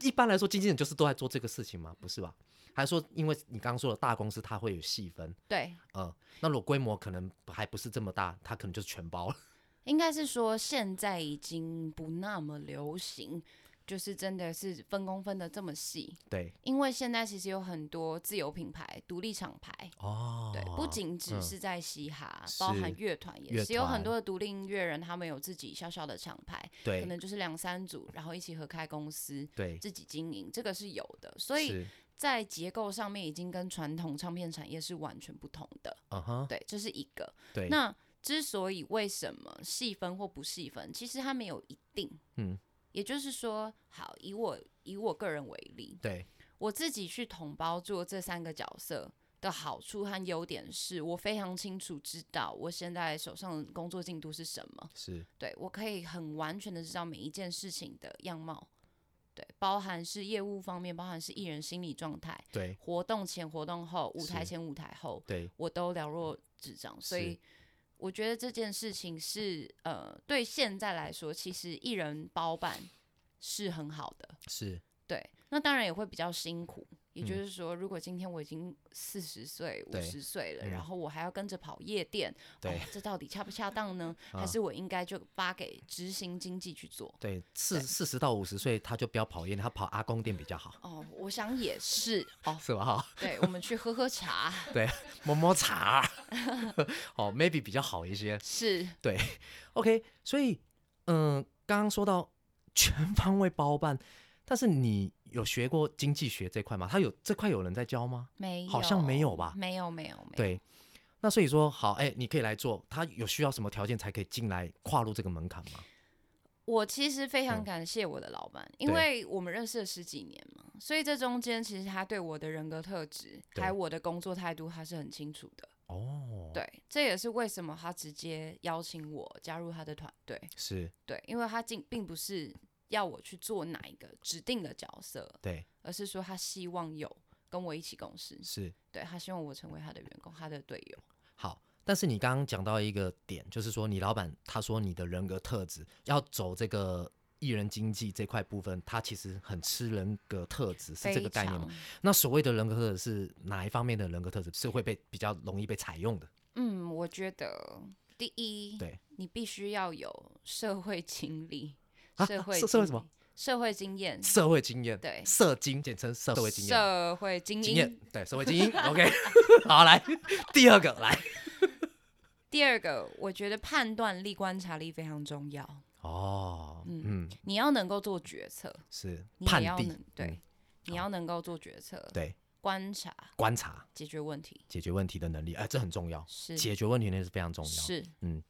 [SPEAKER 1] 一般来说，经纪人就是都在做这个事情吗？不是吧？还是说，因为你刚刚说的大公司，它会有细分，
[SPEAKER 3] 对，
[SPEAKER 1] 嗯，那如果规模可能还不是这么大，它可能就是全包了。
[SPEAKER 3] 应该是说现在已经不那么流行，就是真的是分工分的这么细，
[SPEAKER 1] 对，
[SPEAKER 3] 因为现在其实有很多自由品牌、独立厂牌。
[SPEAKER 1] 哦，
[SPEAKER 3] 对，不仅只
[SPEAKER 1] 嗯
[SPEAKER 3] 是在嘻哈，包含
[SPEAKER 1] 是
[SPEAKER 3] 乐团也
[SPEAKER 1] 乐
[SPEAKER 3] 是有
[SPEAKER 1] 团
[SPEAKER 3] 很多的独立音乐人，他们有自己小小的厂牌，可
[SPEAKER 1] 对
[SPEAKER 3] 能就是两三组，然后一起合开公司，
[SPEAKER 1] 对，
[SPEAKER 3] 自己经营，这个是有的。所以
[SPEAKER 1] 是
[SPEAKER 3] 在结构上面已经跟传统唱片产业是完全不同的。
[SPEAKER 1] 嗯哼，
[SPEAKER 3] 对，这是一个。
[SPEAKER 1] 对，
[SPEAKER 3] 那之所以为什么细分或不细分，其实它没有一定。
[SPEAKER 1] 嗯，
[SPEAKER 3] 也就是说，好，以我以我个人为例，
[SPEAKER 1] 对
[SPEAKER 3] 我自己去统包做这三个角色。的好处和优点是我非常清楚知道我现在手上的工作进度是什么，
[SPEAKER 1] 是
[SPEAKER 3] 对我可以很完全的知道每一件事情的样貌，对，包含是业务方面，包含是艺人心理状态，
[SPEAKER 1] 对
[SPEAKER 3] 活动前、活动后，哦舞台
[SPEAKER 1] 是
[SPEAKER 3] 前、舞台后，
[SPEAKER 1] 对
[SPEAKER 3] 我都了若指掌。所以我觉得这件事情是呃，对现在来说，其实艺人包办是很好的，
[SPEAKER 1] 是
[SPEAKER 3] 对。那当然也会比较辛苦，
[SPEAKER 2] 也就是说，如果今天我已经四十岁、五
[SPEAKER 1] 嗯对
[SPEAKER 2] 十岁了，
[SPEAKER 1] 嗯
[SPEAKER 2] 然后我还要跟着跑夜店，
[SPEAKER 1] 对
[SPEAKER 2] 哦，这到底恰不恰当呢？还
[SPEAKER 1] 啊
[SPEAKER 2] 是我应该就发给执行经济去做？
[SPEAKER 1] 对，四四十到五十岁他就不要跑夜店，他跑阿公店比较好，。
[SPEAKER 2] 哦，我想也是哦
[SPEAKER 1] 是吧？哈，
[SPEAKER 2] 对，我们去喝喝茶，
[SPEAKER 1] 对，摸摸茶，哦，maybe 比较好一些。
[SPEAKER 2] 是
[SPEAKER 1] OK，所以嗯、呃刚刚说到全方位包办，但是你有学过经济学这块吗？他有这块有人在教吗？
[SPEAKER 2] 没有，
[SPEAKER 1] 好像没有吧
[SPEAKER 2] 没有，没有，没有。
[SPEAKER 1] 对，那所以说好，哎、你可以来做，他有需要什么条件才可以进来跨入这个门槛吗？
[SPEAKER 2] 我其实非常
[SPEAKER 1] 嗯
[SPEAKER 2] 感谢我的老板，因
[SPEAKER 1] 对
[SPEAKER 2] 为我们认识了十几年嘛，所以这中间其实他对我的人格特质
[SPEAKER 1] 对
[SPEAKER 2] 还有我的工作态度，他是很清楚的。
[SPEAKER 1] 哦，，
[SPEAKER 2] 对，这也是为什么他直接邀请我加入他的团队。
[SPEAKER 1] 是，
[SPEAKER 2] 对，因为他并并不是要我去做哪一个指定的角色，
[SPEAKER 1] 对，
[SPEAKER 2] 而是说他希望有跟我一起共事。
[SPEAKER 1] 是。
[SPEAKER 2] 对他希望我成为他的员工，他的队友。
[SPEAKER 1] 好，但是你刚刚讲到一个点，就是说你老板他说你的人格特质要走这个艺人经济这块部分，他其实很吃人格特质，是这个概念吗？
[SPEAKER 2] 非常？
[SPEAKER 1] 那所谓的人格特质是哪一方面的人格特质是会被比较容易被采用的？
[SPEAKER 2] 嗯，我觉得第一，
[SPEAKER 1] 对，
[SPEAKER 2] 你必须要有社会经历，
[SPEAKER 1] 啊
[SPEAKER 2] 社
[SPEAKER 1] 啊
[SPEAKER 2] 会
[SPEAKER 1] 社社会
[SPEAKER 2] 经
[SPEAKER 1] 什么
[SPEAKER 2] 历？社会经验，
[SPEAKER 1] 社会经验，
[SPEAKER 2] 对
[SPEAKER 1] 社经简称社会经验，
[SPEAKER 2] 社会精
[SPEAKER 1] 经
[SPEAKER 2] 英
[SPEAKER 1] 验。对，社会精英。OK，好，来第二个来。
[SPEAKER 2] 第二个，我觉得判断力、观察力非常重要，
[SPEAKER 1] 哦，嗯，
[SPEAKER 2] 你要能够做决策，
[SPEAKER 1] 是
[SPEAKER 2] 你
[SPEAKER 1] 判
[SPEAKER 2] 也要
[SPEAKER 1] 定
[SPEAKER 2] 能，对，
[SPEAKER 1] 嗯
[SPEAKER 2] 你要能够做决策，
[SPEAKER 1] 对，
[SPEAKER 2] 观察
[SPEAKER 1] 观察
[SPEAKER 2] 解决问题
[SPEAKER 1] 解决问题的能力，哎，这很重要，
[SPEAKER 2] 是
[SPEAKER 1] 解决问题能力是非常重要。嗯
[SPEAKER 2] 是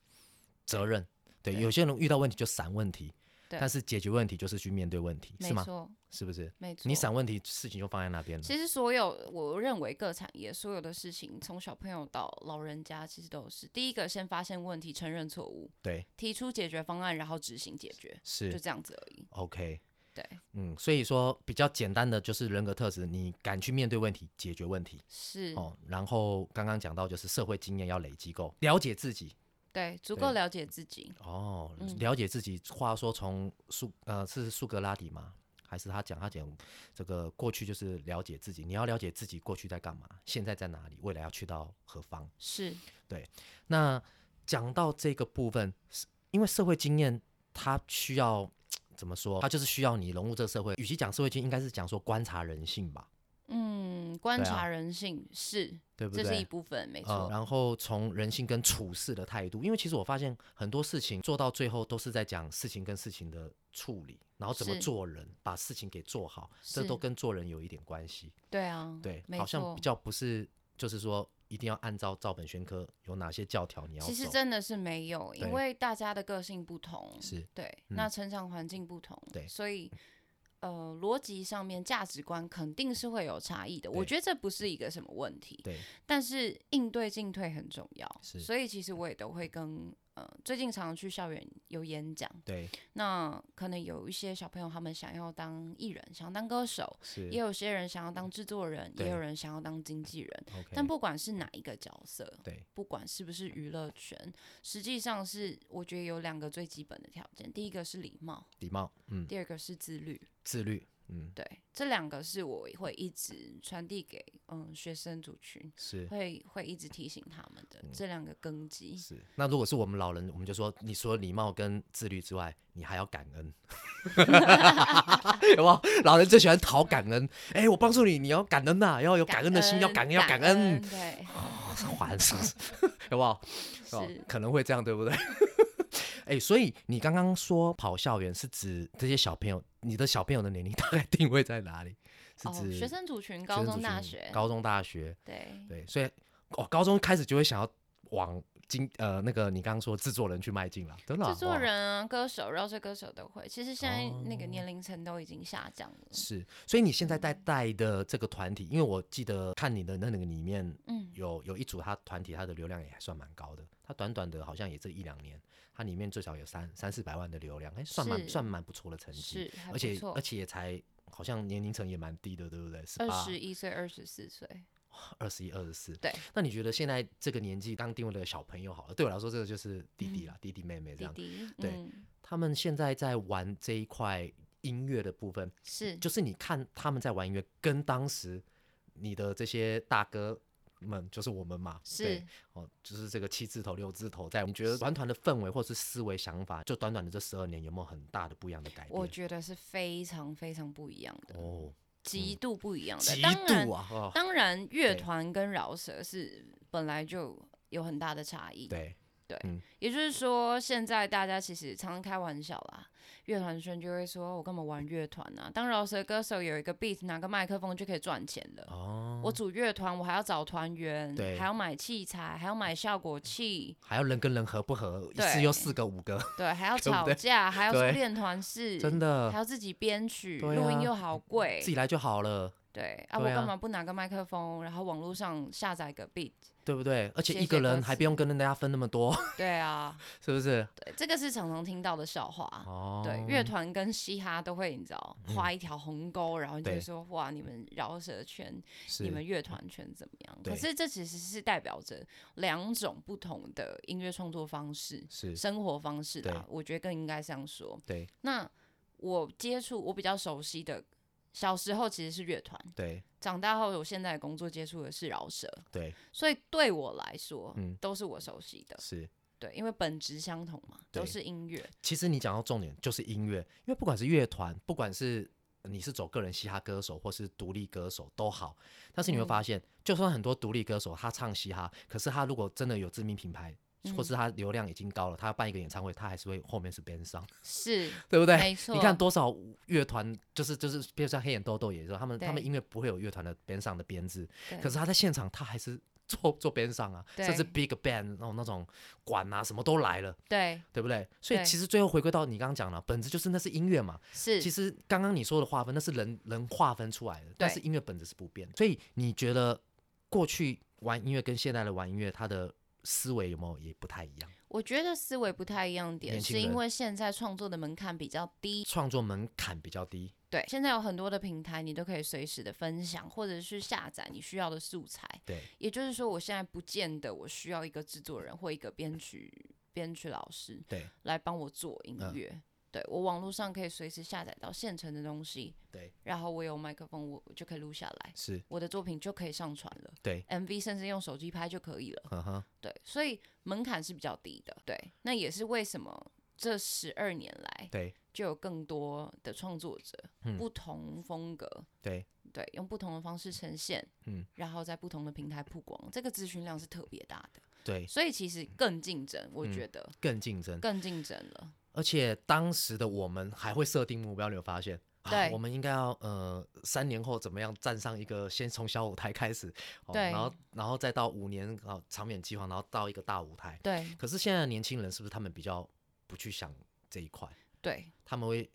[SPEAKER 1] 责任。对，
[SPEAKER 2] 对
[SPEAKER 1] 有些人遇到问题就闪问题，
[SPEAKER 2] 对
[SPEAKER 1] 但是解决问题就是去面对问题，
[SPEAKER 2] 没
[SPEAKER 1] 是吗？
[SPEAKER 2] 错
[SPEAKER 1] 是不是？
[SPEAKER 2] 没错。
[SPEAKER 1] 你闪问题，事情就放在那边了。
[SPEAKER 2] 其实所有我认为各产业所有的事情，从小朋友到老人家，其实都是第一个先发现问题，承认错误，
[SPEAKER 1] 对，
[SPEAKER 2] 提出解决方案，然后执行解决，就是这样子而已。
[SPEAKER 1] OK。
[SPEAKER 2] 对，
[SPEAKER 1] 嗯，所以说比较简单的就是人格特质，你敢去面对问题，解决问题
[SPEAKER 2] 是，
[SPEAKER 1] 哦。然后刚刚讲到就是社会经验要累积够，了解自己
[SPEAKER 2] 对，足
[SPEAKER 1] 对
[SPEAKER 2] 够了解自己。
[SPEAKER 1] 哦，
[SPEAKER 2] 嗯
[SPEAKER 1] 了解自己。话说从苏呃是苏格拉底吗？还是他讲他讲这个过去就是了解自己，你要了解自己过去在干嘛，现在在哪里，未来要去到何方。
[SPEAKER 2] 是，
[SPEAKER 1] 那讲到这个部分，是因为社会经验它需要怎么说？它就是需要你融入这个社会。与其讲社会经验，应该是讲说观察人性吧，
[SPEAKER 2] 嗯，观
[SPEAKER 1] 对啊
[SPEAKER 2] 察人性是，
[SPEAKER 1] 对不
[SPEAKER 2] 这是一
[SPEAKER 1] 对？
[SPEAKER 2] 部分，没
[SPEAKER 1] 呃，
[SPEAKER 2] 错。
[SPEAKER 1] 然后从人性跟处事的态度，因为其实我发现很多事情做到最后都是在讲事情跟事情的处理，然后怎么
[SPEAKER 2] 是
[SPEAKER 1] 做人，把事情给做好，这
[SPEAKER 2] 是
[SPEAKER 1] 都跟做人有一点关系。
[SPEAKER 2] 对啊，
[SPEAKER 1] 对，
[SPEAKER 2] 没
[SPEAKER 1] 好像
[SPEAKER 2] 错
[SPEAKER 1] 比较不是，就是说一定要按照照本宣科有哪些教条你要走，
[SPEAKER 2] 其实真的是没有，
[SPEAKER 1] 对
[SPEAKER 2] 因为大家的个性不同，
[SPEAKER 1] 是
[SPEAKER 2] 对，
[SPEAKER 1] 嗯
[SPEAKER 2] 那成长环境不同，
[SPEAKER 1] 对
[SPEAKER 2] 所以呃，逻辑上面价值观肯定是会有差异的。我
[SPEAKER 1] 对
[SPEAKER 2] 觉得这不是一个什么问题，
[SPEAKER 1] 对
[SPEAKER 2] 但是应对进退很重要，
[SPEAKER 1] 是
[SPEAKER 2] 所以其实我也都会跟呃，最近常常去校园有演讲，
[SPEAKER 1] 对
[SPEAKER 2] 那可能有一些小朋友他们想要当艺人，想当歌手，
[SPEAKER 1] 是
[SPEAKER 2] 也有些人想要当制作人，
[SPEAKER 1] 嗯
[SPEAKER 2] 也
[SPEAKER 1] 对
[SPEAKER 2] 有人想要当经纪人，
[SPEAKER 1] OK，
[SPEAKER 2] 但不管是哪一个角色，
[SPEAKER 1] 对。
[SPEAKER 2] 不管是不是娱乐圈，实际上是我觉得有两个最基本的条件，第一个是礼貌，
[SPEAKER 1] 礼貌，嗯，
[SPEAKER 2] 第二个是自律。
[SPEAKER 1] 自律，嗯，
[SPEAKER 2] 对，这两个是我会一直传递给嗯学生族群，
[SPEAKER 1] 是
[SPEAKER 2] 会会一直提醒他们的、这两个根基。
[SPEAKER 1] 嗯是。那如果是我们老人，我们就说，你除了礼貌跟自律之外，你还要感恩， 有没有？老人最喜欢讨感恩，哎、我帮助你，你要感恩呐、要有感恩的心，要感恩，要感恩，
[SPEAKER 2] 呃对，
[SPEAKER 1] 还是 有没有？有没有
[SPEAKER 2] 是
[SPEAKER 1] 可能会这样，对 不对？哎、所以你刚刚说跑校园是指这些小朋友，你的小朋友的年龄大概定位在哪里？是
[SPEAKER 2] 哦，
[SPEAKER 1] 指
[SPEAKER 2] 学生族群，高
[SPEAKER 1] 学生
[SPEAKER 2] 中、
[SPEAKER 1] 族
[SPEAKER 2] 大
[SPEAKER 1] 群
[SPEAKER 2] 学，
[SPEAKER 1] 高中、大学，
[SPEAKER 2] 对，
[SPEAKER 1] 对，所以哦，高中开始就会想要往经呃那个你刚刚说制作人去迈进了，真的啊、
[SPEAKER 2] 制作
[SPEAKER 1] 哇
[SPEAKER 2] 人啊、歌手、饶舌歌手都会。其实现在那个
[SPEAKER 1] 哦
[SPEAKER 2] 年龄层都已经下降了。
[SPEAKER 1] 是，所以你现在在带的这个团体，因为我记得看你的那个里面
[SPEAKER 2] 嗯，
[SPEAKER 1] 有有一组他团体，他的流量也还算蛮高的，他短短的好像也这一两年，他里面最少有三三四百万的流量，哎，算蛮
[SPEAKER 2] 是
[SPEAKER 1] 算蛮不错的成绩，
[SPEAKER 2] 是，还
[SPEAKER 1] 而
[SPEAKER 2] 不
[SPEAKER 1] 且啊而
[SPEAKER 2] 错。
[SPEAKER 1] 且也才。好像年龄层也蛮低的，对不对？十
[SPEAKER 2] 二
[SPEAKER 1] 八、
[SPEAKER 2] 十一岁、二十四岁，
[SPEAKER 1] 二十一、二十四。
[SPEAKER 2] 对，
[SPEAKER 1] 那你觉得现在这个年纪刚定位的小朋友，好了，对我来说，这个就是弟
[SPEAKER 2] 嗯
[SPEAKER 1] 弟啦，弟弟妹妹这
[SPEAKER 2] 弟
[SPEAKER 1] 样。
[SPEAKER 2] 弟，
[SPEAKER 1] 对
[SPEAKER 2] 嗯、
[SPEAKER 1] 他们现在在玩这一块音乐的部分，
[SPEAKER 2] 是
[SPEAKER 1] 就是你看他们在玩音乐，跟当时你的这些大哥们，就是我们嘛，对
[SPEAKER 2] 是
[SPEAKER 1] 哦，就是这个七字头、六字头在，你觉得玩团的氛围或是思维想法，就短短的这十二年有没有很大的不一样的改变？
[SPEAKER 2] 我觉得是非常非常不一样的，
[SPEAKER 1] 哦，
[SPEAKER 2] 极度不一样的。
[SPEAKER 1] 极
[SPEAKER 2] 当然
[SPEAKER 1] 度，啊，哦，
[SPEAKER 2] 当然乐
[SPEAKER 1] 对
[SPEAKER 2] 团跟饶舌是本来就有很大的差异。
[SPEAKER 1] 对，
[SPEAKER 2] 也就是说，现在大家其实常常开玩笑啦，乐团圈就会说：“我干嘛玩乐团啊？当饶舌歌手有一个 beat，拿个麦克风就可以赚钱了。
[SPEAKER 1] 哦，
[SPEAKER 2] 我组乐团，我还要找团员，
[SPEAKER 1] 对
[SPEAKER 2] 还要买器材，还要买效果器，
[SPEAKER 1] 还要人跟人合不合，一
[SPEAKER 2] 对
[SPEAKER 1] 次又四个五个，
[SPEAKER 2] 对，还要
[SPEAKER 1] 对不
[SPEAKER 2] 吵
[SPEAKER 1] 对
[SPEAKER 2] 架，还要出
[SPEAKER 1] 对
[SPEAKER 2] 练团室，
[SPEAKER 1] 真
[SPEAKER 2] 还
[SPEAKER 1] 的，
[SPEAKER 2] 要自己编曲，
[SPEAKER 1] 对
[SPEAKER 2] 录、
[SPEAKER 1] 啊
[SPEAKER 2] 音又好贵
[SPEAKER 1] 自，己来就好了，
[SPEAKER 2] 对啊，
[SPEAKER 1] 对
[SPEAKER 2] 我
[SPEAKER 1] 啊
[SPEAKER 2] 干嘛不拿个麦克风，然后网络上下载个 beat？
[SPEAKER 1] 对不对？而且
[SPEAKER 2] 写
[SPEAKER 1] 一个
[SPEAKER 2] 写歌
[SPEAKER 1] 人还不
[SPEAKER 2] 词
[SPEAKER 1] 用跟人家分那么多，
[SPEAKER 2] 对啊，
[SPEAKER 1] 是不是？
[SPEAKER 2] 对，这个是常常听到的笑话。
[SPEAKER 1] 哦，嗯
[SPEAKER 2] 对，乐团跟嘻哈都会，你知道，画一条鸿沟，然后你就
[SPEAKER 1] 对
[SPEAKER 2] 会说哇，你们饶舌圈、
[SPEAKER 1] 是
[SPEAKER 2] 你们乐团圈怎么样？可
[SPEAKER 1] 对
[SPEAKER 2] 是这其实是代表着两种不同的音乐创作方式、
[SPEAKER 1] 是，
[SPEAKER 2] 生活方式
[SPEAKER 1] 对
[SPEAKER 2] 啦。啊我觉得更应该这样说。
[SPEAKER 1] 对
[SPEAKER 2] 那我接触我比较熟悉的，小时候其实是乐团，
[SPEAKER 1] 对
[SPEAKER 2] 长大后我现在的工作接触的是饶舌，
[SPEAKER 1] 对，
[SPEAKER 2] 所以对我来说，
[SPEAKER 1] 嗯
[SPEAKER 2] 都是我熟悉的。
[SPEAKER 1] 是。
[SPEAKER 2] 对，因为本质相同嘛，
[SPEAKER 1] 对
[SPEAKER 2] 都是音乐。
[SPEAKER 1] 其实你讲到重点就是音乐，因为不管是乐团，不管是你是走个人嘻哈歌手或是独立歌手都好，但是你会
[SPEAKER 2] 嗯
[SPEAKER 1] 发现，就算很多独立歌手他唱嘻哈，可是他如果真的有知名品牌。或
[SPEAKER 2] 嗯
[SPEAKER 1] 是他流量已经高了，他办一个演唱会，他还是会后面是边上，
[SPEAKER 2] 是，
[SPEAKER 1] 对不对？
[SPEAKER 2] 没错。
[SPEAKER 1] 你看多少乐团，就是就是，比如像黑眼豆豆也是，他们他
[SPEAKER 2] 对
[SPEAKER 1] 们音乐不会有乐团的边上的编制，
[SPEAKER 2] 对
[SPEAKER 1] 可是他在现场他还是坐坐边上啊，甚至
[SPEAKER 2] 对
[SPEAKER 1] big band 那种那种管啊什么都来了，
[SPEAKER 2] 对，
[SPEAKER 1] 对不对？所以
[SPEAKER 2] 对
[SPEAKER 1] 其实最后回归到你刚刚讲了，本质就是那是音乐嘛。
[SPEAKER 2] 是，
[SPEAKER 1] 其实刚刚你说的划分，那是人人划分出来的，但是音乐本质是不变的。所以你觉得过去玩音乐跟现在的玩音乐，他的思维有没有也不太一样？
[SPEAKER 2] 我觉得思维不太一样的点，
[SPEAKER 1] 年轻
[SPEAKER 2] 是因
[SPEAKER 1] 人
[SPEAKER 2] 为现在创作的门槛比较低。
[SPEAKER 1] 创作门槛比较低，
[SPEAKER 2] 对，现在有很多的平台，你都可以随时的分享或者是下载你需要的素材。
[SPEAKER 1] 对，
[SPEAKER 2] 也就是说，我现在不见得我需要一个制作人或一个编曲编曲老师
[SPEAKER 1] 对
[SPEAKER 2] 来帮我做音
[SPEAKER 1] 嗯
[SPEAKER 2] 乐。对我网络上可以随时下载到现成的东西，
[SPEAKER 1] 对，
[SPEAKER 2] 然后我有麦克风，我我就可以录下来，
[SPEAKER 1] 是，
[SPEAKER 2] 我的作品就可以上传了。
[SPEAKER 1] 对，
[SPEAKER 2] MV 甚至用手机拍就可以了。
[SPEAKER 1] 嗯哼，
[SPEAKER 2] 对，所以门槛是比较低的。对，那也是为什么这十二年来
[SPEAKER 1] 对
[SPEAKER 2] 就有更多的创作者，
[SPEAKER 1] 嗯
[SPEAKER 2] 不同风格，
[SPEAKER 1] 对
[SPEAKER 2] 对，用不同的方式呈现，
[SPEAKER 1] 嗯，
[SPEAKER 2] 然后在不同的平台曝光，这个资讯量是特别大的，
[SPEAKER 1] 对，
[SPEAKER 2] 所以其实更竞争，我
[SPEAKER 1] 嗯
[SPEAKER 2] 觉得
[SPEAKER 1] 更竞争。
[SPEAKER 2] 更竞争了。
[SPEAKER 1] 而且当时的我们还会设定目标，你有发现？啊
[SPEAKER 2] 对、
[SPEAKER 1] 我们应该要呃三年后怎么样站上一个，先从小舞台开始，哦、
[SPEAKER 2] 对
[SPEAKER 1] 然后然后再到五年啊、哦、长远计划，然后到一个大舞台。
[SPEAKER 2] 对
[SPEAKER 1] 可是现在的年轻人是不是他们比较不去想这一块？
[SPEAKER 2] 对，
[SPEAKER 1] 他们会，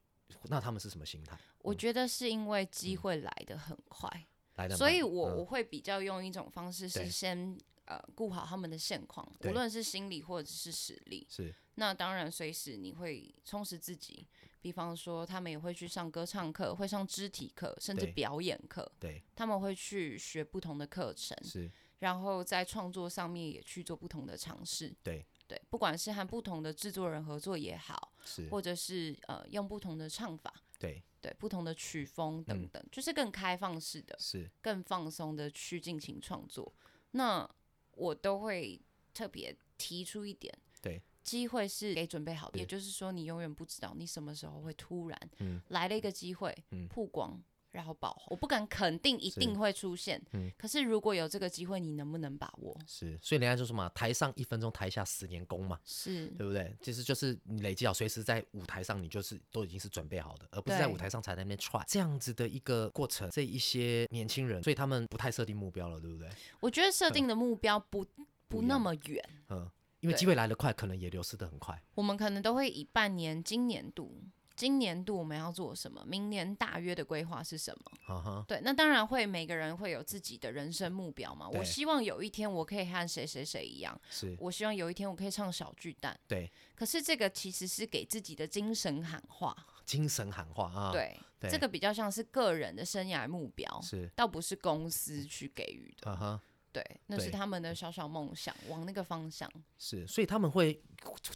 [SPEAKER 1] 那他们是什么心态？
[SPEAKER 2] 我
[SPEAKER 1] 嗯
[SPEAKER 2] 觉得是因为机会来的很快，
[SPEAKER 1] 来的，
[SPEAKER 2] 所以我、我
[SPEAKER 1] 嗯
[SPEAKER 2] 会比较用一种方式是
[SPEAKER 1] 对
[SPEAKER 2] 先呃顾好他们的现况，无
[SPEAKER 1] 对
[SPEAKER 2] 论是心理或者是实力。
[SPEAKER 1] 是
[SPEAKER 2] 那当然，随时你会充实自己，比方说他们也会去上歌唱课，会上肢体课，甚至
[SPEAKER 1] 对
[SPEAKER 2] 表演课，
[SPEAKER 1] 对
[SPEAKER 2] 他们会去学不同的课程，
[SPEAKER 1] 是
[SPEAKER 2] 然后在创作上面也去做不同的尝试。
[SPEAKER 1] 对
[SPEAKER 2] 对，不管是和不同的制作人合作也好，
[SPEAKER 1] 是，
[SPEAKER 2] 或者是呃用不同的唱法，
[SPEAKER 1] 对
[SPEAKER 2] 对不同的曲风等
[SPEAKER 1] 嗯
[SPEAKER 2] 等，就是更开放式的。
[SPEAKER 1] 是
[SPEAKER 2] 更放松的去进行创作。那我都会特别提出一点，
[SPEAKER 1] 对，
[SPEAKER 2] 机会是给准备好的，
[SPEAKER 1] 是
[SPEAKER 2] 也就是说，你永远不知道你什么时候会突然
[SPEAKER 1] 嗯
[SPEAKER 2] 来了一个机会，
[SPEAKER 1] 嗯
[SPEAKER 2] 曝光。然后爆红，我不敢肯定一定会出现，
[SPEAKER 1] 嗯
[SPEAKER 2] 可是如果有这个机会，你能不能把握？
[SPEAKER 1] 是，所以人家就说嘛，台上一分钟，台下十年功嘛。
[SPEAKER 2] 是
[SPEAKER 1] 对不对？其实就是你累积好，随时在舞台上，你就是都已经是准备好的，而不是在
[SPEAKER 2] 对
[SPEAKER 1] 舞台上才在那边 try 这样子的一个过程。这一些年轻人，所以他们不太设定目标了，对不对？
[SPEAKER 2] 我觉得设定的目标不
[SPEAKER 1] 嗯不
[SPEAKER 2] 不
[SPEAKER 1] 一
[SPEAKER 2] 那
[SPEAKER 1] 样
[SPEAKER 2] 么远，
[SPEAKER 1] 嗯，因为
[SPEAKER 2] 对
[SPEAKER 1] 机会来得快，可能也流失得很快。
[SPEAKER 2] 我们可能都会以半年、今年度、今年度我们要做什么，明年大约的规划是什么。
[SPEAKER 1] 哈哈，
[SPEAKER 2] 对，那当然会，每个人会有自己的人生目标嘛。
[SPEAKER 1] 对
[SPEAKER 2] 我希望有一天我可以和谁谁谁一样，
[SPEAKER 1] 是
[SPEAKER 2] 我希望有一天我可以唱小巨蛋。
[SPEAKER 1] 对
[SPEAKER 2] 可是这个其实是给自己的精神喊话，
[SPEAKER 1] 精神喊话啊。，
[SPEAKER 2] 对，
[SPEAKER 1] 对
[SPEAKER 2] 这个比较像是个人的生涯目标，
[SPEAKER 1] 是，嗯
[SPEAKER 2] 倒不是公司去给予的。
[SPEAKER 1] 哈哈，
[SPEAKER 2] 对，那是
[SPEAKER 1] 对
[SPEAKER 2] 他们的小小梦想，往那个方向。
[SPEAKER 1] 是，所以他们会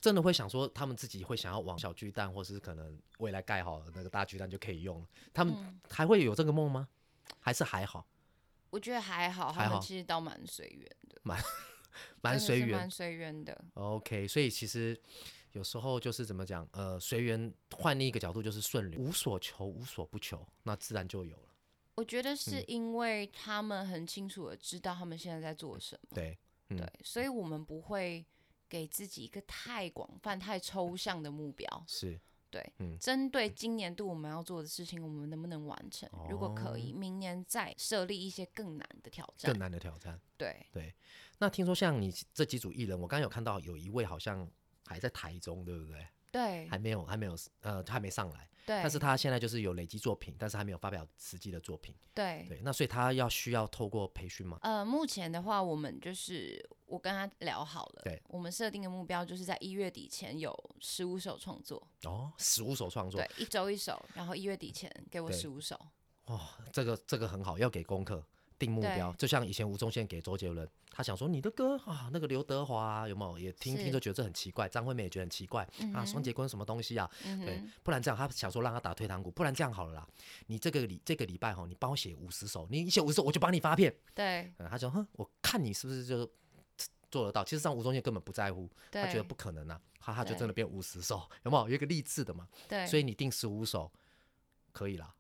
[SPEAKER 1] 真的会想说，他们自己会想要往小巨蛋，或是可能未来
[SPEAKER 2] 嗯
[SPEAKER 1] 盖好了那个大巨蛋就可以用了。他们还会有这个梦吗？还是还好？
[SPEAKER 2] 我觉得还好，
[SPEAKER 1] 还
[SPEAKER 2] 他
[SPEAKER 1] 好
[SPEAKER 2] 们其实倒蛮随缘的，
[SPEAKER 1] 蛮
[SPEAKER 2] 真的
[SPEAKER 1] 随
[SPEAKER 2] 是
[SPEAKER 1] 缘
[SPEAKER 2] 蛮。随缘的。
[SPEAKER 1] OK，所以其实有时候就是怎么讲，呃，随缘换另一个角度就是顺流，无所求，无所不求，那自然就有了。
[SPEAKER 2] 我觉得是
[SPEAKER 1] 嗯
[SPEAKER 2] 因为他们很清楚的知道他们现在在做什么，
[SPEAKER 1] 对，嗯
[SPEAKER 2] 对，所以我们不会给自己一个太广泛、太抽象的目标。
[SPEAKER 1] 是
[SPEAKER 2] 对，
[SPEAKER 1] 嗯
[SPEAKER 2] 针对今年度我们要做的事情，我们能不能完成？如果可以，明年再设立一些更难的挑战
[SPEAKER 1] 哦更。难的挑战。
[SPEAKER 2] 对，
[SPEAKER 1] 那听说像你这几组艺人，我刚刚有看到有一位好像还在台中，对不对？
[SPEAKER 2] 对
[SPEAKER 1] 还，没有，还没有，呃，还没上来。
[SPEAKER 2] 对，
[SPEAKER 1] 但是他现在就是有累积作品，但是还没有发表实际的作品。
[SPEAKER 2] 对，
[SPEAKER 1] 对，那所以他要需要透过培训嘛？
[SPEAKER 2] 呃，目前的话，我们就是我跟他聊好了，
[SPEAKER 1] 对，
[SPEAKER 2] 我们设定的目标就是在一月底前有十五首创作，
[SPEAKER 1] 哦，十五首创作
[SPEAKER 2] 对，，一周一首，然后一月底前给我
[SPEAKER 1] 对
[SPEAKER 2] 十五首，
[SPEAKER 1] 哇、这个这个很好，要给功课。定目标，就像以前吴宗宪给周杰伦，他想说你的歌啊，那个刘德华、啊、有没有也听听
[SPEAKER 2] 是
[SPEAKER 1] 就觉得这很奇怪，张惠妹也觉得很奇怪、啊，双
[SPEAKER 2] 嗯哼
[SPEAKER 1] 节棍什么东西啊？
[SPEAKER 2] 嗯
[SPEAKER 1] 对
[SPEAKER 2] 哼，，
[SPEAKER 1] 不然这样，他想说让他打退堂鼓，不然这样好了啦，你这个礼这个礼拜哈，你帮我写五十首，你写五十首我就帮你发片。
[SPEAKER 2] 对，
[SPEAKER 1] 嗯，他说哼，我看你是不是就做得到？其实上吴宗宪根本不在乎，
[SPEAKER 2] 对，
[SPEAKER 1] 他觉得不可能啊，他他就
[SPEAKER 2] 对
[SPEAKER 1] 真的变五十首，有没有？有一个励志的嘛，
[SPEAKER 2] 对，
[SPEAKER 1] 所
[SPEAKER 2] 以
[SPEAKER 1] 以你定十五首可以啦，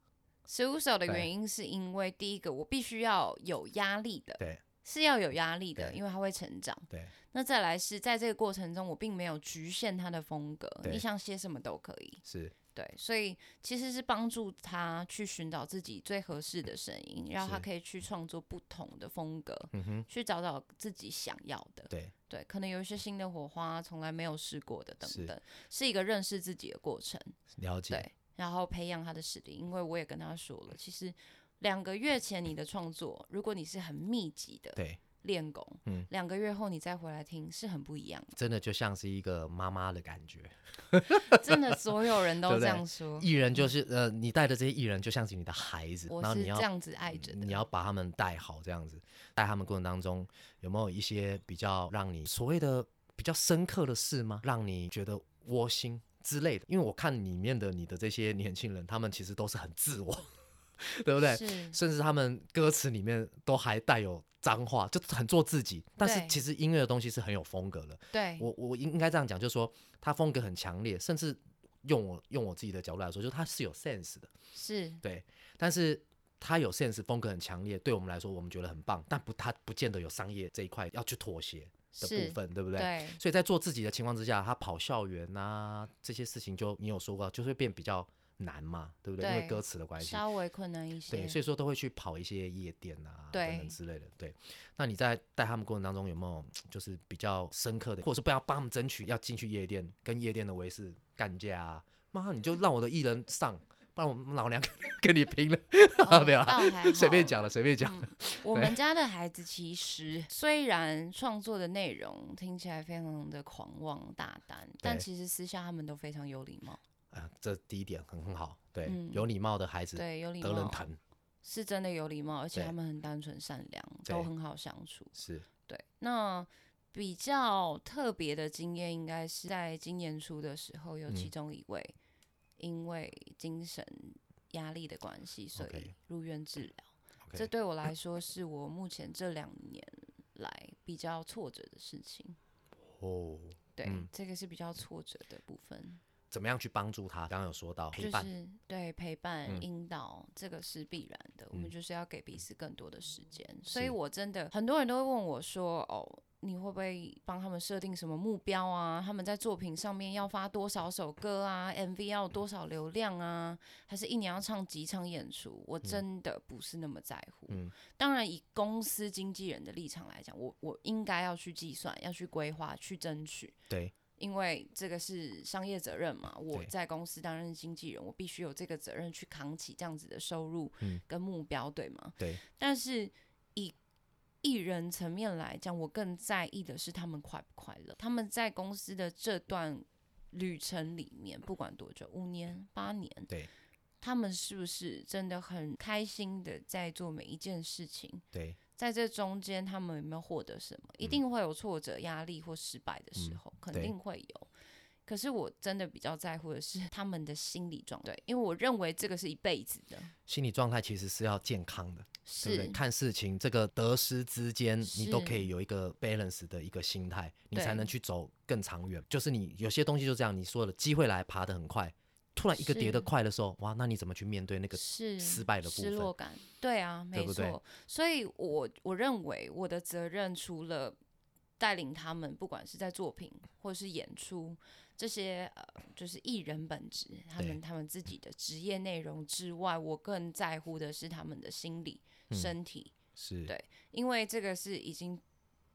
[SPEAKER 2] 十五首的
[SPEAKER 1] 对
[SPEAKER 2] 原因是因为第一个我必须要有压力的，
[SPEAKER 1] 对
[SPEAKER 2] 是要有压力的，
[SPEAKER 1] 对
[SPEAKER 2] 因为他会成长。
[SPEAKER 1] 对
[SPEAKER 2] 那再来是在这个过程中，我并没有局限他的风格，
[SPEAKER 1] 对
[SPEAKER 2] 你想写什么都可以。
[SPEAKER 1] 是
[SPEAKER 2] 对，所以其实是帮助他去寻找自己最合适的声音，然后他
[SPEAKER 1] 是
[SPEAKER 2] 可以去创作不同的风格，
[SPEAKER 1] 嗯哼
[SPEAKER 2] 去找找自己想要的。
[SPEAKER 1] 对
[SPEAKER 2] 对，可能有一些新的火花，从来没有试过的
[SPEAKER 1] 是
[SPEAKER 2] 等等，是一个认识自己的过程。
[SPEAKER 1] 了解
[SPEAKER 2] 对，然后培养他的实力，因为我也跟他说了，其实两个月前你的创作，如果你是很密集的
[SPEAKER 1] 对，
[SPEAKER 2] 练功，
[SPEAKER 1] 嗯
[SPEAKER 2] 两个月后你再回来听是很不一样的。
[SPEAKER 1] 真的就像是一个妈妈的感觉，
[SPEAKER 2] 真的，所有人
[SPEAKER 1] 对
[SPEAKER 2] 都
[SPEAKER 1] 不
[SPEAKER 2] 这
[SPEAKER 1] 对
[SPEAKER 2] 样说，
[SPEAKER 1] 艺人就是呃，你带的这些艺人就像是你的孩子，然
[SPEAKER 2] 嗯我
[SPEAKER 1] 后
[SPEAKER 2] 是
[SPEAKER 1] 你
[SPEAKER 2] 这
[SPEAKER 1] 要
[SPEAKER 2] 样子爱着的。
[SPEAKER 1] 你要把他们带好，这样子，带他们过程当中有没有一些比较让你所谓的比较深刻的事吗？让你觉得窝心之类的？因为我看里面的你的这些年轻人，他们其实都是很自我， 对不对？
[SPEAKER 2] 是
[SPEAKER 1] 甚至他们歌词里面都还带有脏话，就很做自己。但是
[SPEAKER 2] 对
[SPEAKER 1] 其实音乐的东西是很有风格的。
[SPEAKER 2] 对，
[SPEAKER 1] 我我应该这样讲，就是说他风格很强烈，甚至用我用我自己的角度来说，就是他是有 sense 的。
[SPEAKER 2] 是
[SPEAKER 1] 对，但是它有 sense，风格很强烈，对我们来说我们觉得很棒，但不它不见得有商业这一块要去妥协的
[SPEAKER 2] 是
[SPEAKER 1] 部分，对不对？
[SPEAKER 2] 对
[SPEAKER 1] 所以在做自己的情况之下，他跑校园啊这些事情就，你有说过，就会变比较难嘛，对不对？因为
[SPEAKER 2] 对
[SPEAKER 1] 歌词的关系。
[SPEAKER 2] 稍微困难一些。
[SPEAKER 1] 对，所以 说都会去跑一些夜店啊等等
[SPEAKER 2] 对
[SPEAKER 1] 之类的。对，那你在带他们过程当中有没有就是比较深刻的，或者是不要帮他们争取要进去夜店，跟夜店的维士干架啊？妈，你就让我的艺人上，不然我们老娘 跟你拼了。
[SPEAKER 2] 哦
[SPEAKER 1] 没有啦
[SPEAKER 2] 倒 还
[SPEAKER 1] 随便
[SPEAKER 2] 好嗯
[SPEAKER 1] 讲了，随便讲。
[SPEAKER 2] 我
[SPEAKER 1] 对
[SPEAKER 2] 们家的孩子其实虽然创作的内容听起来非常的狂妄大胆，但
[SPEAKER 1] 对
[SPEAKER 2] 其实私下他们都非常有礼貌，
[SPEAKER 1] 啊， 这第一点很很好，对，
[SPEAKER 2] 嗯
[SPEAKER 1] 有礼貌的孩子
[SPEAKER 2] 对，有礼
[SPEAKER 1] 得人
[SPEAKER 2] 貌，
[SPEAKER 1] 疼，
[SPEAKER 2] 是真的有礼貌，而且
[SPEAKER 1] 对
[SPEAKER 2] 他们很单纯善良，
[SPEAKER 1] 对
[SPEAKER 2] 都很好相处。
[SPEAKER 1] 是
[SPEAKER 2] 对，那比较特别的经验应该是在今年初的时候，有其
[SPEAKER 1] 嗯
[SPEAKER 2] 中一位因为精神压力的关系，所
[SPEAKER 1] OK 嗯
[SPEAKER 2] 以入院治疗。这
[SPEAKER 1] OK，
[SPEAKER 2] 对我来说是我目前这两年来比较挫折的事情。
[SPEAKER 1] 哦，
[SPEAKER 2] 对，
[SPEAKER 1] 嗯
[SPEAKER 2] 这个是比较挫折的部分，
[SPEAKER 1] 怎么样去帮助他？刚刚有说到陪
[SPEAKER 2] 就
[SPEAKER 1] 伴，
[SPEAKER 2] 是对陪伴、
[SPEAKER 1] 嗯
[SPEAKER 2] 引导，这个是必然的。我
[SPEAKER 1] 嗯
[SPEAKER 2] 们就是要给彼此更多的时间，所
[SPEAKER 1] 是
[SPEAKER 2] 以我真的很多人都会问我说：“哦，你会不会帮他们设定什么目标啊？他们在作品上面要发多少首歌啊？MV 要多少流量啊？还是一年要唱几场演出？”我真的不是那么在乎。
[SPEAKER 1] 嗯
[SPEAKER 2] 当然，以公司经纪人的立场来讲，我我应该要去计算、要去规划、去争取，
[SPEAKER 1] 对，
[SPEAKER 2] 因为这个是商业责任嘛。我
[SPEAKER 1] 对
[SPEAKER 2] 在公司担任经纪人，我必须有这个责任去扛起这样子的收入
[SPEAKER 1] 嗯
[SPEAKER 2] 跟目标，对吗？
[SPEAKER 1] 对，
[SPEAKER 2] 但是以艺人层面来讲，我更在意的是他们快不快乐。他们在公司的这段旅程里面，不管多久，五年、八年，
[SPEAKER 1] 对，
[SPEAKER 2] 他们是不是真的很开心的在做每一件事情？
[SPEAKER 1] 对，
[SPEAKER 2] 在这中间，他
[SPEAKER 1] 嗯
[SPEAKER 2] 们有没有获得什么？一定会有挫折、压力或失败的时候，肯定会有。可是我真的比较在乎的是他们的心理状态，因为我认为这个是一辈子的，
[SPEAKER 1] 心理状态其实是要健康的，对不
[SPEAKER 2] 是
[SPEAKER 1] 对？看事情这个得失之间，你都
[SPEAKER 2] 是
[SPEAKER 1] 可以有一个 balance 的一个心态，你
[SPEAKER 2] 对
[SPEAKER 1] 才能去走更长远。就是你有些东西就这样，你说的机会来爬得很快，突然一个跌得
[SPEAKER 2] 是
[SPEAKER 1] 快的时候，哇，那你怎么去面对那个？
[SPEAKER 2] 是
[SPEAKER 1] 失败的部
[SPEAKER 2] 失
[SPEAKER 1] 分嗯
[SPEAKER 2] 落感，对啊，
[SPEAKER 1] 对
[SPEAKER 2] 没
[SPEAKER 1] 不
[SPEAKER 2] 错。
[SPEAKER 1] 对
[SPEAKER 2] 所以我我认为我的责任除了带领他们，不管是在作品或是演出这些呃，就是艺人本职，他
[SPEAKER 1] 对
[SPEAKER 2] 们他们自己的职业内容之外，我更在乎的是他们的心理、
[SPEAKER 1] 嗯
[SPEAKER 2] 身体，
[SPEAKER 1] 是，
[SPEAKER 2] 对因为这个是已经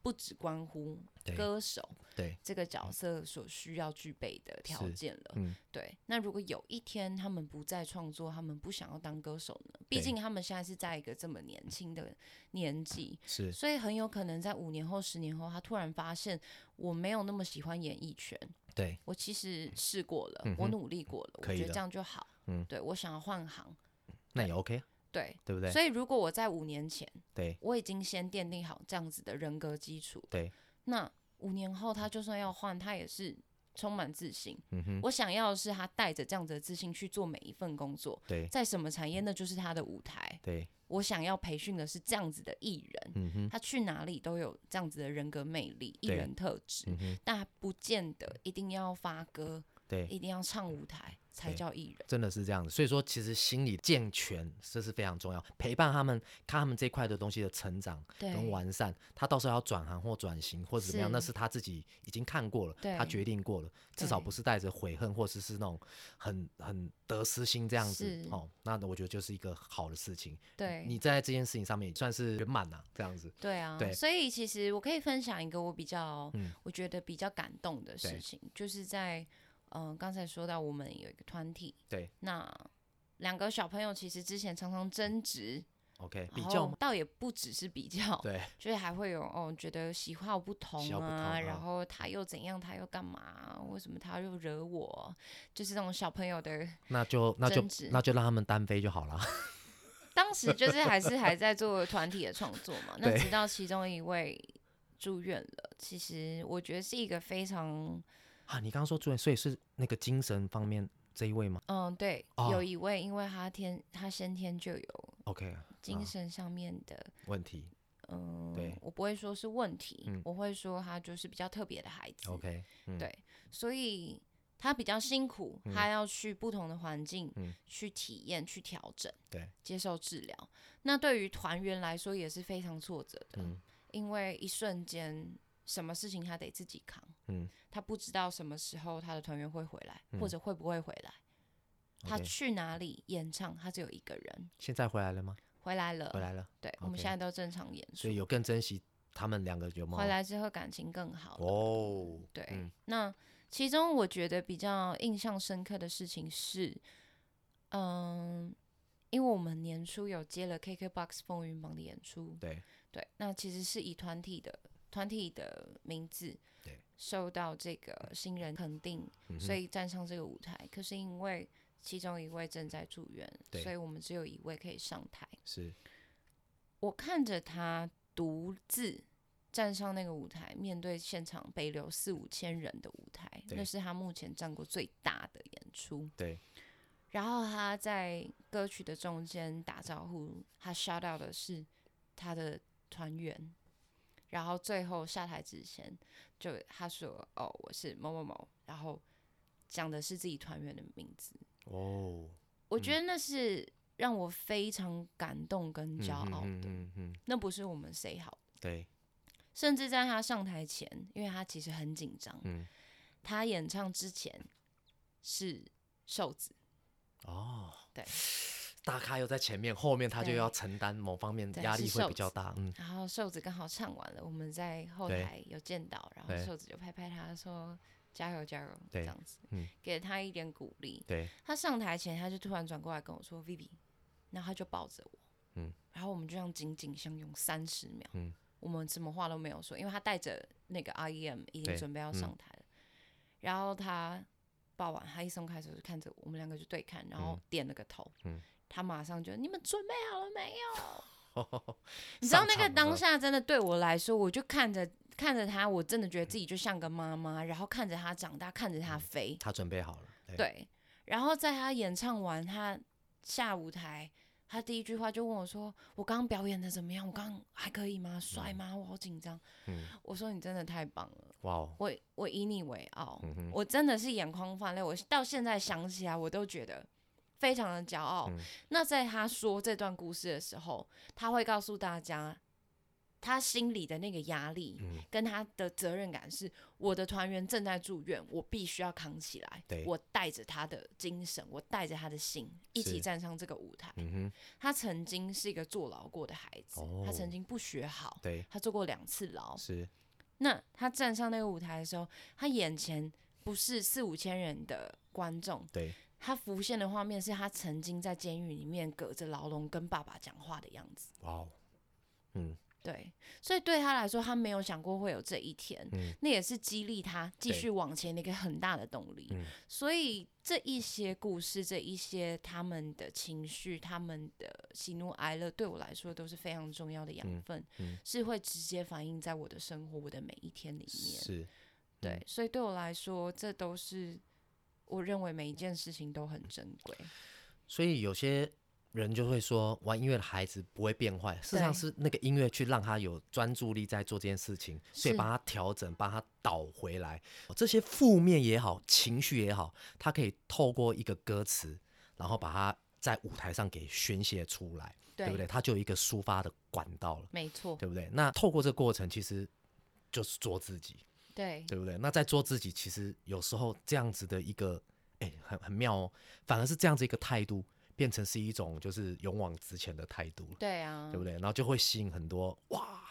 [SPEAKER 2] 不只关乎
[SPEAKER 1] 对
[SPEAKER 2] 歌手
[SPEAKER 1] 对嗯
[SPEAKER 2] 这个角色所需要具备的条
[SPEAKER 1] 是
[SPEAKER 2] 件了。
[SPEAKER 1] 嗯，
[SPEAKER 2] 对，那如果有一天他们不再创作，他们不想要当歌手呢？毕
[SPEAKER 1] 对
[SPEAKER 2] 竟他们现在是在一个这么年轻的年纪，
[SPEAKER 1] 是
[SPEAKER 2] 所以很有可能在五年后、十年后，他突然发现我没有那么喜欢演艺圈，
[SPEAKER 1] 对，
[SPEAKER 2] 我其实试过了，
[SPEAKER 1] 嗯
[SPEAKER 2] 我
[SPEAKER 1] 哼
[SPEAKER 2] 努力过了，我
[SPEAKER 1] 可以
[SPEAKER 2] 觉得
[SPEAKER 1] 的
[SPEAKER 2] 这样就好。
[SPEAKER 1] 嗯
[SPEAKER 2] 对我想要换行，
[SPEAKER 1] 那也 OK，啊
[SPEAKER 2] 对。
[SPEAKER 1] 对不对？
[SPEAKER 2] 所以，如果我在五年前
[SPEAKER 1] 对，
[SPEAKER 2] 我已经先奠定好这样子的人格基础，
[SPEAKER 1] 对，
[SPEAKER 2] 那五年后他就算要换，他也是充满自信，
[SPEAKER 1] 嗯哼，
[SPEAKER 2] 我想要的是他带着这样子的自信去做每一份工作，
[SPEAKER 1] 对，
[SPEAKER 2] 在什么产业那就是他的舞台。
[SPEAKER 1] 对，
[SPEAKER 2] 我想要培训的是这样子的艺人，
[SPEAKER 1] 嗯哼，
[SPEAKER 2] 他去哪里都有这样子的人格魅力、艺
[SPEAKER 1] 对
[SPEAKER 2] 人特质，
[SPEAKER 1] 嗯哼，
[SPEAKER 2] 但他不见得一定要发歌，
[SPEAKER 1] 对，
[SPEAKER 2] 一定要唱舞台才
[SPEAKER 1] 对
[SPEAKER 2] 叫艺人。
[SPEAKER 1] 真的是这样子。所以说，其实心理健全这是非常重要，陪伴他们，看他们这块的东西的成长跟
[SPEAKER 2] 对，
[SPEAKER 1] 完善。他到时候要转行或转型或者怎么样，
[SPEAKER 2] 是
[SPEAKER 1] 那是他自己已经看过了，
[SPEAKER 2] 对
[SPEAKER 1] 他决定过了，至少
[SPEAKER 2] 对
[SPEAKER 1] 不是带着悔恨或者是那种很很得失心这样子
[SPEAKER 2] 是
[SPEAKER 1] 哦。那我觉得就是一个好的事情。
[SPEAKER 2] 对，
[SPEAKER 1] 你在这件事情上面也算是圆满了、这样子。
[SPEAKER 2] 对啊。
[SPEAKER 1] 对
[SPEAKER 2] 所以其实我可以分享一个我比较，
[SPEAKER 1] 嗯
[SPEAKER 2] 我觉得比较感动的
[SPEAKER 1] 对
[SPEAKER 2] 事情，就是在嗯、呃刚才说到我们有一个团体，
[SPEAKER 1] 对
[SPEAKER 2] 那两个小朋友其实之前常常争执，
[SPEAKER 1] ，OK，比
[SPEAKER 2] 然
[SPEAKER 1] 较
[SPEAKER 2] 后
[SPEAKER 1] 嘛
[SPEAKER 2] 倒也不只是比较，
[SPEAKER 1] 对
[SPEAKER 2] 就是还会有哦，觉得喜好不同
[SPEAKER 1] 喜
[SPEAKER 2] 啊，
[SPEAKER 1] 好不同啊
[SPEAKER 2] 然后他又怎样，他又干嘛啊，为什么他又惹我，就是那种小朋友的，
[SPEAKER 1] 那就那就
[SPEAKER 2] 争执
[SPEAKER 1] 那就让他们单飞就好了。
[SPEAKER 2] 当时就是还是还在做团体的创作嘛，那
[SPEAKER 1] 对
[SPEAKER 2] 直到其中一位住院了，其实我觉得是一个非常，
[SPEAKER 1] 啊，你刚刚说住院，所以是那个精神方面这一位吗
[SPEAKER 2] 嗯，对，
[SPEAKER 1] 哦
[SPEAKER 2] 有一位因为他天他先天就有
[SPEAKER 1] ？OK，
[SPEAKER 2] 精
[SPEAKER 1] 啊
[SPEAKER 2] 神上面的
[SPEAKER 1] 问题
[SPEAKER 2] 嗯，
[SPEAKER 1] 对
[SPEAKER 2] 我不会说是问题，
[SPEAKER 1] 嗯
[SPEAKER 2] 我会说他就是比较特别的孩子。
[SPEAKER 1] OK，嗯
[SPEAKER 2] 对所以他比较辛苦，
[SPEAKER 1] 嗯
[SPEAKER 2] 他要去不同的环境、
[SPEAKER 1] 嗯
[SPEAKER 2] 去体验、去调整、
[SPEAKER 1] 对，
[SPEAKER 2] 接受治疗。那对于团员来说也是非常挫折的，
[SPEAKER 1] 嗯
[SPEAKER 2] 因为一瞬间什么事情他得自己扛，
[SPEAKER 1] 嗯
[SPEAKER 2] 他不知道什么时候他的团员会回来，
[SPEAKER 1] 嗯
[SPEAKER 2] 或者会不会回来。他
[SPEAKER 1] ，OK，
[SPEAKER 2] 去哪里演唱，他只有一个人
[SPEAKER 1] 现在回来了吗？
[SPEAKER 2] 回来了。
[SPEAKER 1] 回来了，
[SPEAKER 2] 对我们
[SPEAKER 1] OK
[SPEAKER 2] 现在都正常演出
[SPEAKER 1] 所以。有更珍惜他们两个有没
[SPEAKER 2] 回
[SPEAKER 1] 有？
[SPEAKER 2] 来之后感情更好了
[SPEAKER 1] 哦，
[SPEAKER 2] 对，
[SPEAKER 1] 嗯
[SPEAKER 2] 那其中我觉得比较印象深刻的事情是，嗯，因为我们年初有接了 KKBOX 风云榜的演出，
[SPEAKER 1] 对
[SPEAKER 2] 对，那其实是以团体的团体的名字，
[SPEAKER 1] 对，
[SPEAKER 2] 受到这个新人肯定，
[SPEAKER 1] 嗯哼
[SPEAKER 2] 所以站上这个舞台。可是因为其中一位正在住院，
[SPEAKER 1] 对
[SPEAKER 2] 所以我们只有一位可以上台。
[SPEAKER 1] 是
[SPEAKER 2] 我看着他独自站上那个舞台，面对现场北流四五千人的舞台，
[SPEAKER 1] 对
[SPEAKER 2] 那是他目前站过最大的演出。
[SPEAKER 1] 对
[SPEAKER 2] 然后他在歌曲的中间打招呼，他 shout out 的是他的团员。然后最后下台之前，就他说：“哦，我是某某某。”然后讲的是自己团员的名字。
[SPEAKER 1] 哦，
[SPEAKER 2] 我觉得那是让我非常感动跟骄傲的。
[SPEAKER 1] 嗯嗯嗯，
[SPEAKER 2] 那不是我们 say 好的
[SPEAKER 1] 对，
[SPEAKER 2] 甚至在他上台前，因为他其实很紧张，
[SPEAKER 1] 嗯
[SPEAKER 2] 他演唱之前是瘦子，
[SPEAKER 1] 哦，
[SPEAKER 2] 对，
[SPEAKER 1] 大咖又在前面，后面他就
[SPEAKER 2] 对
[SPEAKER 1] 要承担某方面
[SPEAKER 2] 对
[SPEAKER 1] 压
[SPEAKER 2] 是
[SPEAKER 1] 力会
[SPEAKER 2] 瘦
[SPEAKER 1] 比较
[SPEAKER 2] 子
[SPEAKER 1] 大，嗯，
[SPEAKER 2] 然后瘦子刚好唱完了，我们在后
[SPEAKER 1] 对
[SPEAKER 2] 台有见到，然后
[SPEAKER 1] 对
[SPEAKER 2] 瘦子就拍拍他说加油加油，
[SPEAKER 1] 对
[SPEAKER 2] 这样子，
[SPEAKER 1] 嗯
[SPEAKER 2] 给他一点鼓励。
[SPEAKER 1] 对，
[SPEAKER 2] 他上台前，他就突然转过来跟我说 Vivi，然后他就抱着我，
[SPEAKER 1] 嗯，
[SPEAKER 2] 然后我们就这样紧紧相拥三十秒，
[SPEAKER 1] 嗯，
[SPEAKER 2] 我们什么话都没有说，因为他带着那个 IEM 已经
[SPEAKER 1] 对
[SPEAKER 2] 准备要
[SPEAKER 1] 嗯
[SPEAKER 2] 上台了，然后他抱完，他一松开的手就看着我，我们两个就对看，然后点了个头，
[SPEAKER 1] 嗯
[SPEAKER 2] 他马上就你们准备好了没有？
[SPEAKER 1] 你
[SPEAKER 2] 你知道那个当，下真的对我来说，我就看着看着他，我真的觉得自己就像个妈妈，然后看着他长大，看着
[SPEAKER 1] 嗯
[SPEAKER 2] 他飞，
[SPEAKER 1] 他准备好了，对，
[SPEAKER 2] 对，然后在他演唱完，他下舞台，他第一句话就问我说：“我刚刚表演的怎么样？我刚刚还可以吗？帅吗？我好紧张。
[SPEAKER 1] 嗯，
[SPEAKER 2] 我说：“你真的太棒了，
[SPEAKER 1] 哇哦，
[SPEAKER 2] 我我以你为傲，
[SPEAKER 1] 嗯哼，
[SPEAKER 2] 我真的是眼眶泛泪。我到现在想起来，我都觉得非常的骄傲。
[SPEAKER 1] 嗯
[SPEAKER 2] 那在他说这段故事的时候，他会告诉大家，他心里的那个压力
[SPEAKER 1] 嗯
[SPEAKER 2] 跟他的责任感是，我的团员正在住院，我必须要扛起来
[SPEAKER 1] 对，
[SPEAKER 2] 我带着他的精神，我带着他的心，一起站上这个舞台。
[SPEAKER 1] 嗯哼，
[SPEAKER 2] 他曾经是一个坐牢过的孩子，
[SPEAKER 1] 哦
[SPEAKER 2] 他曾经不学好，
[SPEAKER 1] 对，
[SPEAKER 2] 他坐过两次牢，
[SPEAKER 1] 是，
[SPEAKER 2] 那他站上那个舞台的时候，他眼前不是四五千人的观众，
[SPEAKER 1] 对，
[SPEAKER 2] 他浮现的画面是他曾经在监狱里面隔着牢笼跟爸爸讲话的样子。
[SPEAKER 1] 哇哦，嗯
[SPEAKER 2] 对，所以对他来说，他没有想过会有这一天，
[SPEAKER 1] 嗯
[SPEAKER 2] 那也是激励他继续往前的一个很大的动力。
[SPEAKER 1] 嗯
[SPEAKER 2] 所以这一些故事，这一些他们的情绪、他们的喜怒哀乐，对我来说都是非常重要的
[SPEAKER 1] 嗯
[SPEAKER 2] 养分，
[SPEAKER 1] 嗯
[SPEAKER 2] 是会直接反映在我的生活、我的每一天里面。
[SPEAKER 1] 是，
[SPEAKER 2] 对
[SPEAKER 1] 嗯，
[SPEAKER 2] 所以对我来说，这都是我认为每一件事情都很珍贵。
[SPEAKER 1] 所以有些人就会说，玩音乐的孩子不会变坏，事实上
[SPEAKER 2] 对
[SPEAKER 1] 是那个音乐去让他有专注力在做这件事情，所以
[SPEAKER 2] 是
[SPEAKER 1] 把他调整，把他导回来。这些负面也好，情绪也好，他可以透过一个歌词，然后把它在舞台上给宣泄出来，对不对？他就有一个抒发的管道了，
[SPEAKER 2] 没错，
[SPEAKER 1] 对不对？那透过这个过程，其实就是做自己，
[SPEAKER 2] 对，
[SPEAKER 1] 对不对？那在做自己，其实有时候这样子的一个，哎，很很妙哦，反而是这样子一个态度，变成是一种就是勇往直前的态度了，
[SPEAKER 2] 对啊，
[SPEAKER 1] 对不对？然后就会吸引很多哇，哇、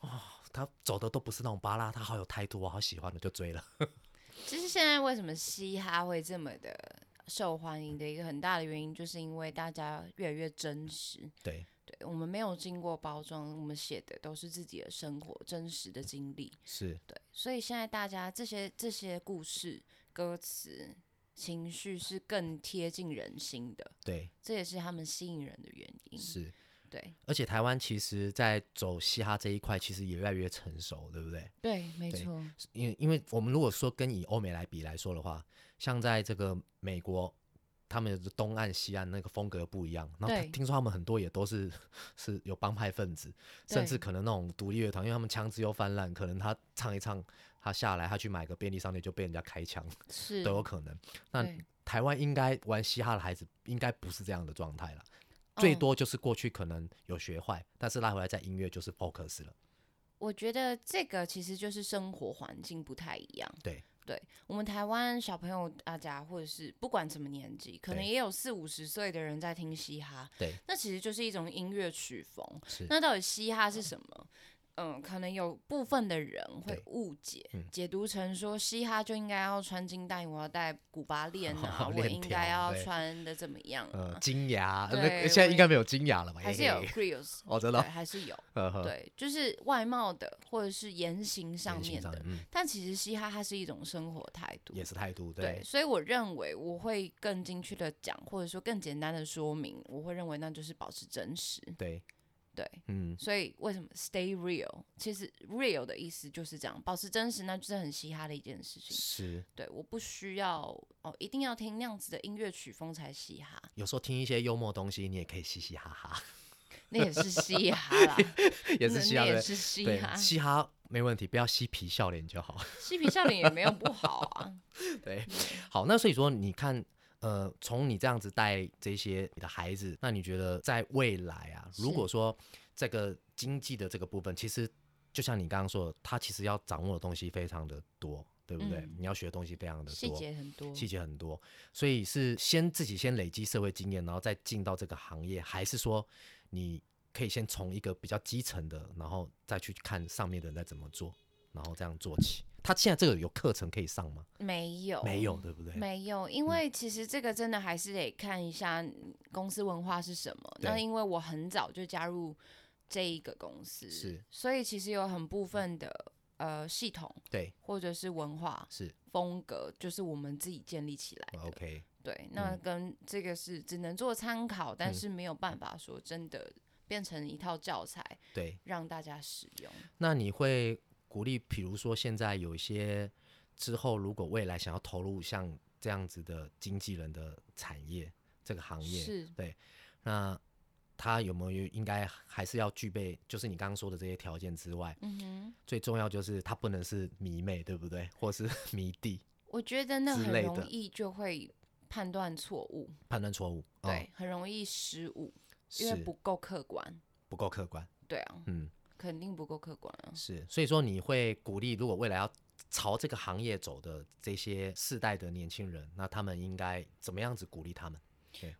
[SPEAKER 1] 哦他走的都不是那种巴拉，他好有态度，我好喜欢的就追了。
[SPEAKER 2] 其实现在为什么嘻哈会这么的受欢迎的一个很大的原因，就是因为大家越来越真实。
[SPEAKER 1] 对，
[SPEAKER 2] 对我们没有经过包装，我们写的都是自己的生活真实的经历。
[SPEAKER 1] 是，
[SPEAKER 2] 对，所以现在大家这些这些故事、歌词、情绪是更贴近人心的，
[SPEAKER 1] 对，
[SPEAKER 2] 这也是他们吸引人的原因。
[SPEAKER 1] 是。
[SPEAKER 2] 嗯对
[SPEAKER 1] 而且台湾其实，在走嘻哈这一块，其实也越来越成熟，对不对？
[SPEAKER 2] 对，没
[SPEAKER 1] 对
[SPEAKER 2] 错。
[SPEAKER 1] 因为因为我们如果说跟以欧美来比来说的话，像在这个美国，他们的东岸、西岸那个风格不一样。然后他
[SPEAKER 2] 对
[SPEAKER 1] 听说他们很多也都是是有帮派分子，甚至
[SPEAKER 2] 对
[SPEAKER 1] 可能那种独立乐团，因为他们枪支又泛滥，可能他唱一唱，他下来他去买个便利商店就被人家开枪，
[SPEAKER 2] 是
[SPEAKER 1] 都有可能。那
[SPEAKER 2] 对
[SPEAKER 1] 台湾应该玩嘻哈的孩子应该不是这样的状态了。最
[SPEAKER 2] 嗯
[SPEAKER 1] 多就是过去可能有学坏，但是拉回来在音乐就是 focus 了。
[SPEAKER 2] 我觉得这个其实就是生活环境不太一样。
[SPEAKER 1] 对，
[SPEAKER 2] 对我们台湾小朋友大家，或者是不管什么年纪，可能
[SPEAKER 1] 对
[SPEAKER 2] 也有四五十岁的人在听嘻哈，
[SPEAKER 1] 对，
[SPEAKER 2] 那其实就是一种音乐曲风。
[SPEAKER 1] 是
[SPEAKER 2] 那到底嘻哈是什么？嗯，可能有部分的人会
[SPEAKER 1] 对
[SPEAKER 2] 误解、
[SPEAKER 1] 嗯
[SPEAKER 2] 解读成说嘻哈就应该要穿金戴银，我要戴古巴链 啊，我
[SPEAKER 1] 链
[SPEAKER 2] 应
[SPEAKER 1] 条
[SPEAKER 2] 该要
[SPEAKER 1] 对
[SPEAKER 2] 穿的怎么样
[SPEAKER 1] 呃
[SPEAKER 2] 啊？
[SPEAKER 1] 金牙，那
[SPEAKER 2] 对
[SPEAKER 1] 现在
[SPEAKER 2] 我
[SPEAKER 1] 应该没有金牙了吧？
[SPEAKER 2] 还是
[SPEAKER 1] 嘿
[SPEAKER 2] 有
[SPEAKER 1] 嘿
[SPEAKER 2] grills，
[SPEAKER 1] 哦，真的
[SPEAKER 2] 对，
[SPEAKER 1] 哦，
[SPEAKER 2] 还是有。
[SPEAKER 1] 呵呵，
[SPEAKER 2] 对，就是外貌的或者是言行上
[SPEAKER 1] 言行
[SPEAKER 2] 面的。
[SPEAKER 1] 嗯，
[SPEAKER 2] 但其实嘻哈它是一种生活态度，
[SPEAKER 1] 也是态度，
[SPEAKER 2] 对
[SPEAKER 1] 对，
[SPEAKER 2] 所以我认为我会更精确的讲，或者说更简单的说明，我会认为那就是保持真实。
[SPEAKER 1] 对，
[SPEAKER 2] 对，
[SPEAKER 1] 嗯，
[SPEAKER 2] 所以为什么 stay real？其实 real 的意思就是这样，保持真实，那就是很嘻哈的一件事情。
[SPEAKER 1] 是。
[SPEAKER 2] 对，我不需要哦，一定要听那样子的音乐曲风才嘻哈，
[SPEAKER 1] 有时候听一些幽默的东西，你也可以嘻嘻哈哈，
[SPEAKER 2] 那也是嘻哈啦，
[SPEAKER 1] 也是嘻
[SPEAKER 2] 那
[SPEAKER 1] 哈，
[SPEAKER 2] 那也
[SPEAKER 1] 对
[SPEAKER 2] 是嘻
[SPEAKER 1] 对，
[SPEAKER 2] 哈，
[SPEAKER 1] 嘻哈没问题，不要嬉皮笑脸就好。
[SPEAKER 2] 嬉皮笑脸也没有不好啊。
[SPEAKER 1] 对，
[SPEAKER 2] 嗯
[SPEAKER 1] 好，那所以说，你看，呃，从你这样子带这些你的孩子，那你觉得在未来啊，如
[SPEAKER 2] 是
[SPEAKER 1] 果说这个经济的这个部分，其实就像你刚刚说的，他其实要掌握的东西非常的多，对不对？
[SPEAKER 2] 嗯
[SPEAKER 1] 你要学的东西非常的
[SPEAKER 2] 细
[SPEAKER 1] 多，
[SPEAKER 2] 节很多，
[SPEAKER 1] 细节很多，所以是先自己先累积社会经验，然后再进到这个行业，还是说你可以先从一个比较基层的，然后再去看上面的人在怎么做，然后这样做起？他现在这个有课程可以上吗？
[SPEAKER 2] 没有
[SPEAKER 1] 没有，嗯对不对？
[SPEAKER 2] 哦没有，因为 其实这个真的还是得看一下公司文化是什么。那
[SPEAKER 1] 对
[SPEAKER 2] 因为我很早就加入这一个公司，
[SPEAKER 1] 是，
[SPEAKER 2] 所以其实有很部分的呃系统
[SPEAKER 1] 对，
[SPEAKER 2] 或者是文化
[SPEAKER 1] 是
[SPEAKER 2] 风格，就是我们自己建立起来的。
[SPEAKER 1] OK，
[SPEAKER 2] 对，
[SPEAKER 1] 哦
[SPEAKER 2] 那
[SPEAKER 1] 嗯
[SPEAKER 2] 跟这个是只能做参考，但
[SPEAKER 1] 嗯
[SPEAKER 2] 是没有办法说真的变成一套教材
[SPEAKER 1] 对。
[SPEAKER 2] 让大家使用。
[SPEAKER 1] 那你会鼓励，比如说现在有一些之后，如果未来想要投入像这样子的经纪人的产业这个行业，
[SPEAKER 2] 是
[SPEAKER 1] 对，那他有没有应该还是要具备，就是你刚刚说的这些条件之外，
[SPEAKER 2] 嗯哼，
[SPEAKER 1] 最重要就是他不能是迷妹，对不对？或是 迷弟，
[SPEAKER 2] 我觉得那
[SPEAKER 1] 之
[SPEAKER 2] 很
[SPEAKER 1] 类
[SPEAKER 2] 容
[SPEAKER 1] 的
[SPEAKER 2] 易就会判断错误，
[SPEAKER 1] 判断错误，哦
[SPEAKER 2] 对，，很容易失误，因
[SPEAKER 1] 是
[SPEAKER 2] 为不够客观。
[SPEAKER 1] 不够客观，
[SPEAKER 2] 对啊，
[SPEAKER 1] 嗯。
[SPEAKER 2] 肯定不够客观啊。
[SPEAKER 1] 是，所以说你会鼓励，如果未来要朝这个行业走的这些世代的年轻人，那他们应该怎么样子鼓励他们？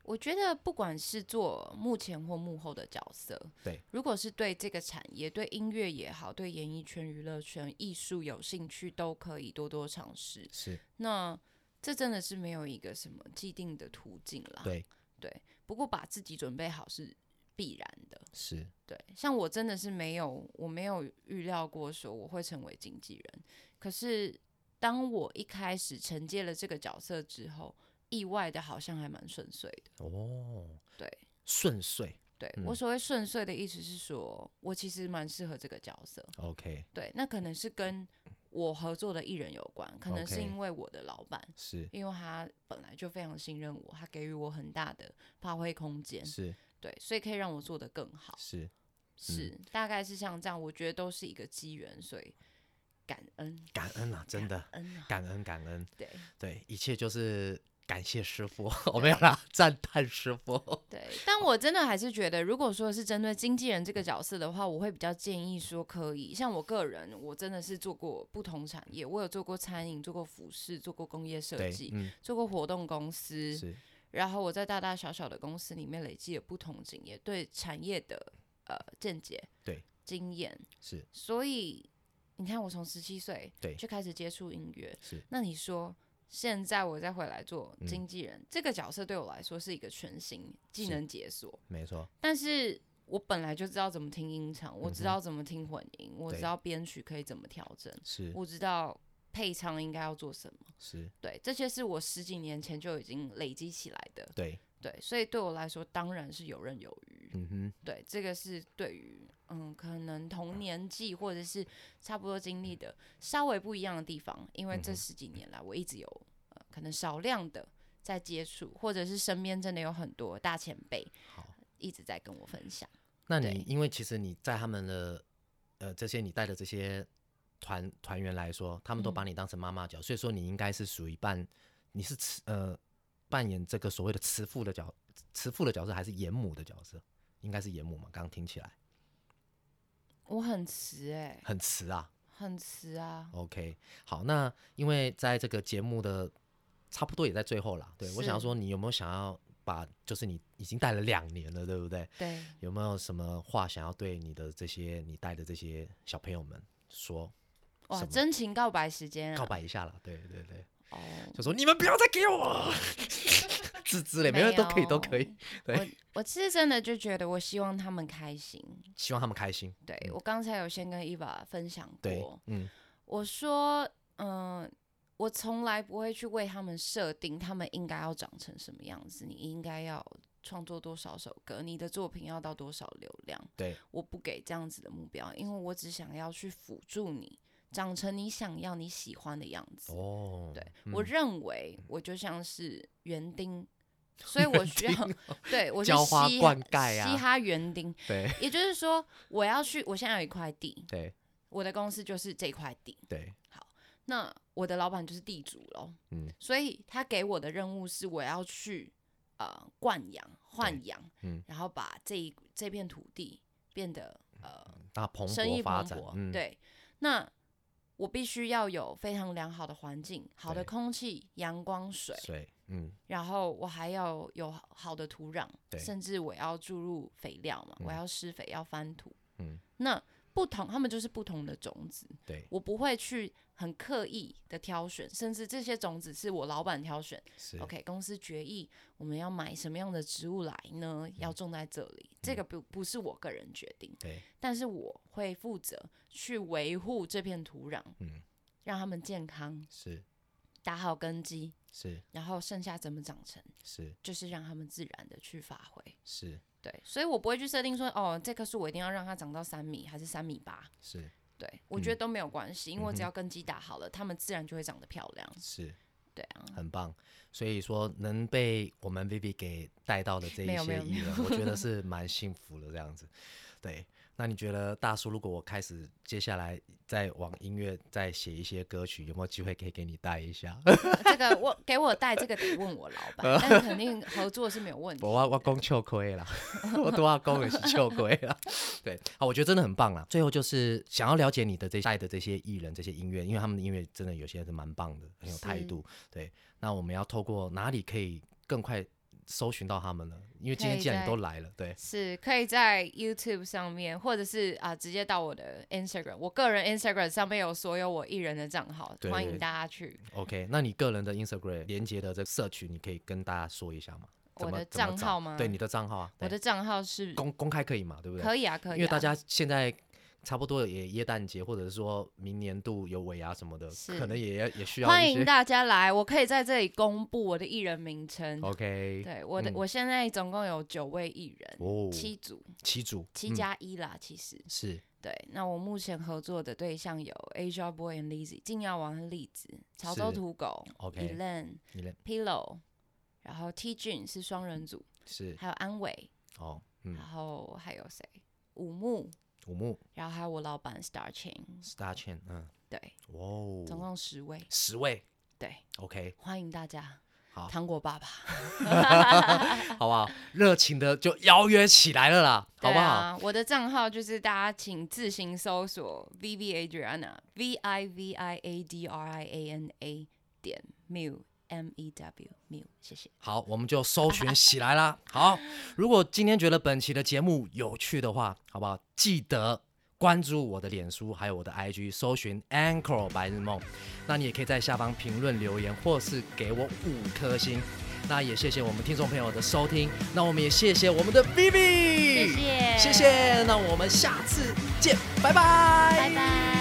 [SPEAKER 2] 我觉得不管是做幕前或幕后的角色，
[SPEAKER 1] 对，
[SPEAKER 2] 如果是对这个产业、对音乐也好、对演艺圈、娱乐圈、艺术有兴趣，都可以多多尝试。
[SPEAKER 1] 是
[SPEAKER 2] 那这真的是没有一个什么既定的途径啦。
[SPEAKER 1] 对，
[SPEAKER 2] 对，不过把自己准备好是必然的。
[SPEAKER 1] 是
[SPEAKER 2] 对，像我真的是没有，我没有预料过说我会成为经纪人。可是当我一开始承接了这个角色之后，意外的好像还蛮顺遂的。
[SPEAKER 1] 哦，
[SPEAKER 2] 对，
[SPEAKER 1] 顺遂
[SPEAKER 2] 对、
[SPEAKER 1] 嗯
[SPEAKER 2] 我所谓顺遂的意思是说，我其实蛮适合这个角色。
[SPEAKER 1] ，OK，
[SPEAKER 2] 对，那可能是跟我合作的艺人有关，可能是
[SPEAKER 1] OK
[SPEAKER 2] 因为我的老板
[SPEAKER 1] 是
[SPEAKER 2] 因为他本来就非常信任我，他给予我很大的发挥空间，
[SPEAKER 1] 是
[SPEAKER 2] 对，所以可以让我做得更好。
[SPEAKER 1] 是，
[SPEAKER 2] 是，大概是像这样，我觉得都是一个机缘，所以感恩，
[SPEAKER 1] 感恩啊，真的
[SPEAKER 2] 恩啊，
[SPEAKER 1] 感恩感恩，
[SPEAKER 2] 对
[SPEAKER 1] 对，一切就是感谢师傅， 我、没有啦，赞叹师 傅，
[SPEAKER 2] 对。但我真的还是觉得，如果说是针对经纪人这个角色的话，我会比较建议说，可以像我个人，我真的是做过不同产业，我有做过餐饮，做过服饰，做过工业设
[SPEAKER 1] 对，
[SPEAKER 2] 计，
[SPEAKER 1] 嗯，
[SPEAKER 2] 做过活动公司，
[SPEAKER 1] 是
[SPEAKER 2] 然后我在大大小小的公司里面累积了不同经验，对产业的呃见解、
[SPEAKER 1] 对
[SPEAKER 2] 经验，
[SPEAKER 1] 是
[SPEAKER 2] 所以你看，我从十七岁
[SPEAKER 1] 对
[SPEAKER 2] 就开始接触音乐，
[SPEAKER 1] 是
[SPEAKER 2] 那你说现在我再回来做
[SPEAKER 1] 嗯
[SPEAKER 2] 经纪人、这个角色，对我来说是一个全新技
[SPEAKER 1] 是
[SPEAKER 2] 能解锁，
[SPEAKER 1] 没错，
[SPEAKER 2] 但是。我本来就知道怎么听音场，我
[SPEAKER 1] 嗯
[SPEAKER 2] 知
[SPEAKER 1] 哼
[SPEAKER 2] 道怎么听混音，我知
[SPEAKER 1] 对
[SPEAKER 2] 道编曲可以怎么调整，
[SPEAKER 1] 是
[SPEAKER 2] 我知道配唱应该要做什么。
[SPEAKER 1] 是，
[SPEAKER 2] 对，这些是我十几年前就已经累积起来的。
[SPEAKER 1] 对，
[SPEAKER 2] 对，所以对我来说当然是游刃有余。
[SPEAKER 1] 嗯哼，
[SPEAKER 2] 对，这个是对于嗯，可能同年纪或者是差不多经历的稍微不一样的地方，因为
[SPEAKER 1] 嗯
[SPEAKER 2] 这十几年来我一直有呃，可能少量的在接触，或者是身边真的有很多大前辈
[SPEAKER 1] 好。
[SPEAKER 2] 一直在跟我分享。
[SPEAKER 1] 那
[SPEAKER 2] 对
[SPEAKER 1] 你因为其实你在他们的呃这些你带的这些团团员来说，他们都
[SPEAKER 2] 嗯
[SPEAKER 1] 把你当成妈妈角，所以说你应该是属于扮你是慈呃扮演这个所谓的慈父的角慈父的角色，还是严母的角色？应该是严母嘛？刚刚听起来
[SPEAKER 2] 我很慈哎、
[SPEAKER 1] 很慈啊。
[SPEAKER 2] 很慈啊，
[SPEAKER 1] OK，好，那因为在这个节目的差不多也在最后啦，对我想要
[SPEAKER 2] 是
[SPEAKER 1] 说，你有没有想要把就是你已经带了两年了，对不对？
[SPEAKER 2] 对。
[SPEAKER 1] 有没有什么话想要对你的这些你带的这些小朋友们说？
[SPEAKER 2] 哇，
[SPEAKER 1] 什么
[SPEAKER 2] 真情告白时间、啊！
[SPEAKER 1] 告白一下啦，对对对，
[SPEAKER 2] 哦，
[SPEAKER 1] 就说你们不要再给我 之之类，没有都可以，都可以
[SPEAKER 2] 有。
[SPEAKER 1] 对
[SPEAKER 2] 我我是真的就觉得，我希望他们开心，
[SPEAKER 1] 希望他们开心。
[SPEAKER 2] 对
[SPEAKER 1] 嗯
[SPEAKER 2] 我刚才有先跟伊娃分享
[SPEAKER 1] 对
[SPEAKER 2] 过，，
[SPEAKER 1] 嗯，
[SPEAKER 2] 我说，嗯、我从来不会去为他们设定他们应该要长成什么样子，你应该要创作多少首歌，你的作品要到多少流量，
[SPEAKER 1] 对，
[SPEAKER 2] 我不给这样子的目标，因为我只想要去辅助你长成你想要、你喜欢的样子。
[SPEAKER 1] 哦，
[SPEAKER 2] 对，
[SPEAKER 1] 嗯
[SPEAKER 2] 我认为我就像是园丁，所以我需 要，对我是
[SPEAKER 1] 浇花
[SPEAKER 2] 嘻哈
[SPEAKER 1] 灌溉啊
[SPEAKER 2] 嘻哈园丁，
[SPEAKER 1] 对
[SPEAKER 2] 也就是说，我要去，我现在有一块地，
[SPEAKER 1] 对
[SPEAKER 2] 我的公司就是这块地，
[SPEAKER 1] 对，
[SPEAKER 2] 那我的老板就是地主喽，
[SPEAKER 1] 嗯
[SPEAKER 2] 所以他给我的任务是我要去呃灌养、豢养，
[SPEAKER 1] 嗯
[SPEAKER 2] 然后把这一这片土地变得呃
[SPEAKER 1] 那蓬
[SPEAKER 2] 生意
[SPEAKER 1] 勃
[SPEAKER 2] 蓬
[SPEAKER 1] 发展
[SPEAKER 2] 勃，，
[SPEAKER 1] 嗯，
[SPEAKER 2] 对，那。我必须要有非常良好的环境，好的
[SPEAKER 1] 对
[SPEAKER 2] 空气、阳光、水，
[SPEAKER 1] 水，嗯，
[SPEAKER 2] 然后我还要有好好的土壤，
[SPEAKER 1] 对
[SPEAKER 2] 甚至我要注入肥料嘛，
[SPEAKER 1] 嗯
[SPEAKER 2] 我要施肥，要翻土，
[SPEAKER 1] 嗯，
[SPEAKER 2] 那不同，他们就是不同的种子，
[SPEAKER 1] 对，
[SPEAKER 2] 我不会去很刻意的挑选，甚至这些种子是我老板挑选
[SPEAKER 1] 是
[SPEAKER 2] ，OK，公司决议我们要买什么样的植物来呢？
[SPEAKER 1] 嗯
[SPEAKER 2] 要种在这里，这个不不是我个人决定，
[SPEAKER 1] 对，
[SPEAKER 2] 但是我会负责去维护这片土壤，
[SPEAKER 1] 嗯，
[SPEAKER 2] 让他们健康，
[SPEAKER 1] 是
[SPEAKER 2] 打好根基，
[SPEAKER 1] 是
[SPEAKER 2] 然后剩下怎么长成。
[SPEAKER 1] 是
[SPEAKER 2] 就是让他们自然的去发挥。
[SPEAKER 1] 是
[SPEAKER 2] 对，所以我不会去设定说，哦，这棵树我一定要让它长到三米还是三米八，
[SPEAKER 1] 是，
[SPEAKER 2] 对，我觉得
[SPEAKER 1] 嗯
[SPEAKER 2] 都没有关系，因为我只
[SPEAKER 1] 嗯哼
[SPEAKER 2] 要根基打好了，他们自然就会长得漂亮。
[SPEAKER 1] 是
[SPEAKER 2] 对啊，
[SPEAKER 1] 很棒。所以说，能被我们 Vivi 给带到的这一
[SPEAKER 2] 没有没
[SPEAKER 1] 些
[SPEAKER 2] 有
[SPEAKER 1] 艺人，我觉得是蛮幸福的这样子。对，那你觉得大叔，如果我开始接下来再往音乐再写一些歌曲，有没有机会可以给你带一下？
[SPEAKER 2] 这个我给我带这个得问我老
[SPEAKER 1] 嗯
[SPEAKER 2] 板，但肯定合作是没有问题。
[SPEAKER 1] 我我我讲笑亏啦， 我都要讲的是笑亏 啦。对，好，我觉得真的很棒啦。最后就是想要了解你的这一代的这些艺人、这些音乐，因为他们的音乐真的有些是蛮棒的，很有态
[SPEAKER 2] 是
[SPEAKER 1] 度。对，那我们要透过哪里可以更快搜寻到他们呢？因为今天
[SPEAKER 2] 可以
[SPEAKER 1] 既然你
[SPEAKER 2] 在
[SPEAKER 1] 都来了，对，
[SPEAKER 2] 是可以在 YouTube 上面，或者是啊、直接到我的 Instagram，我个人 Instagram 上面有所有我艺人的账号，
[SPEAKER 1] 对
[SPEAKER 2] 欢迎大家去。
[SPEAKER 1] OK，那你个人的 Instagram 连接的这个社群，你可以跟大家说一下吗？怎
[SPEAKER 2] 我
[SPEAKER 1] 么
[SPEAKER 2] 的
[SPEAKER 1] 怎么
[SPEAKER 2] 账
[SPEAKER 1] 找
[SPEAKER 2] 号吗
[SPEAKER 1] 对，你的账号啊，
[SPEAKER 2] 我
[SPEAKER 1] 对
[SPEAKER 2] 的账号是
[SPEAKER 1] 公公开可以嘛？对不对？
[SPEAKER 2] 可以啊，可以啊，
[SPEAKER 1] 因为大家现在差不多也耶诞节，或者是说明年度有尾啊牙什么的，
[SPEAKER 2] 是
[SPEAKER 1] 可能也要也需要
[SPEAKER 2] 欢
[SPEAKER 1] 一
[SPEAKER 2] 迎
[SPEAKER 1] 些
[SPEAKER 2] 大家来，我可以在这里公布我的艺人名称。
[SPEAKER 1] OK
[SPEAKER 2] 对，我的、
[SPEAKER 1] 哦嗯
[SPEAKER 2] 我现在总共有九位艺人，
[SPEAKER 1] 哦，
[SPEAKER 2] 七组，
[SPEAKER 1] 七组
[SPEAKER 2] 七
[SPEAKER 1] 嗯
[SPEAKER 2] 加一啦，其实
[SPEAKER 1] 是
[SPEAKER 2] 对。那我目前合作的对象有 Asia Boy and Lizzy、金耀王和栗子、潮州
[SPEAKER 1] 是
[SPEAKER 2] 土狗、
[SPEAKER 1] OK
[SPEAKER 2] Elen、
[SPEAKER 1] 你的
[SPEAKER 2] Pillow，然后 T Jun 是双人组，
[SPEAKER 1] 是
[SPEAKER 2] 还有安伟，
[SPEAKER 1] 哦，嗯，
[SPEAKER 2] 然后还有谁？五木，
[SPEAKER 1] 五木
[SPEAKER 2] 然后还有我老板 Star Chain，
[SPEAKER 1] Star Chain 嗯，
[SPEAKER 2] 对，
[SPEAKER 1] 哇哦，
[SPEAKER 2] 总共十位，
[SPEAKER 1] 十位
[SPEAKER 2] 对，
[SPEAKER 1] OK
[SPEAKER 2] 欢迎大家。
[SPEAKER 1] 好
[SPEAKER 2] 糖果爸爸，
[SPEAKER 1] 好不好？热情的就邀约起来了啦，好
[SPEAKER 2] 对
[SPEAKER 1] 不好？
[SPEAKER 2] 啊？我的账号就是大家请自行搜索 V V Adriana V I V I A D R I A N A 点 mu M E W mu，谢谢。
[SPEAKER 1] 好，我们就搜寻起来啦。好，如果今天觉得本期的节目有趣的话，好不好？记得关注我的脸书，还有我的 IG，搜寻 Anchor 白日梦。那你也可以在下方评论留言，或是给我五颗星。那也谢谢我们听众朋友的收听，那我们也谢谢我们的 Vivi，
[SPEAKER 2] 谢谢
[SPEAKER 1] 谢谢，那我们下次见，拜拜，
[SPEAKER 2] 拜拜。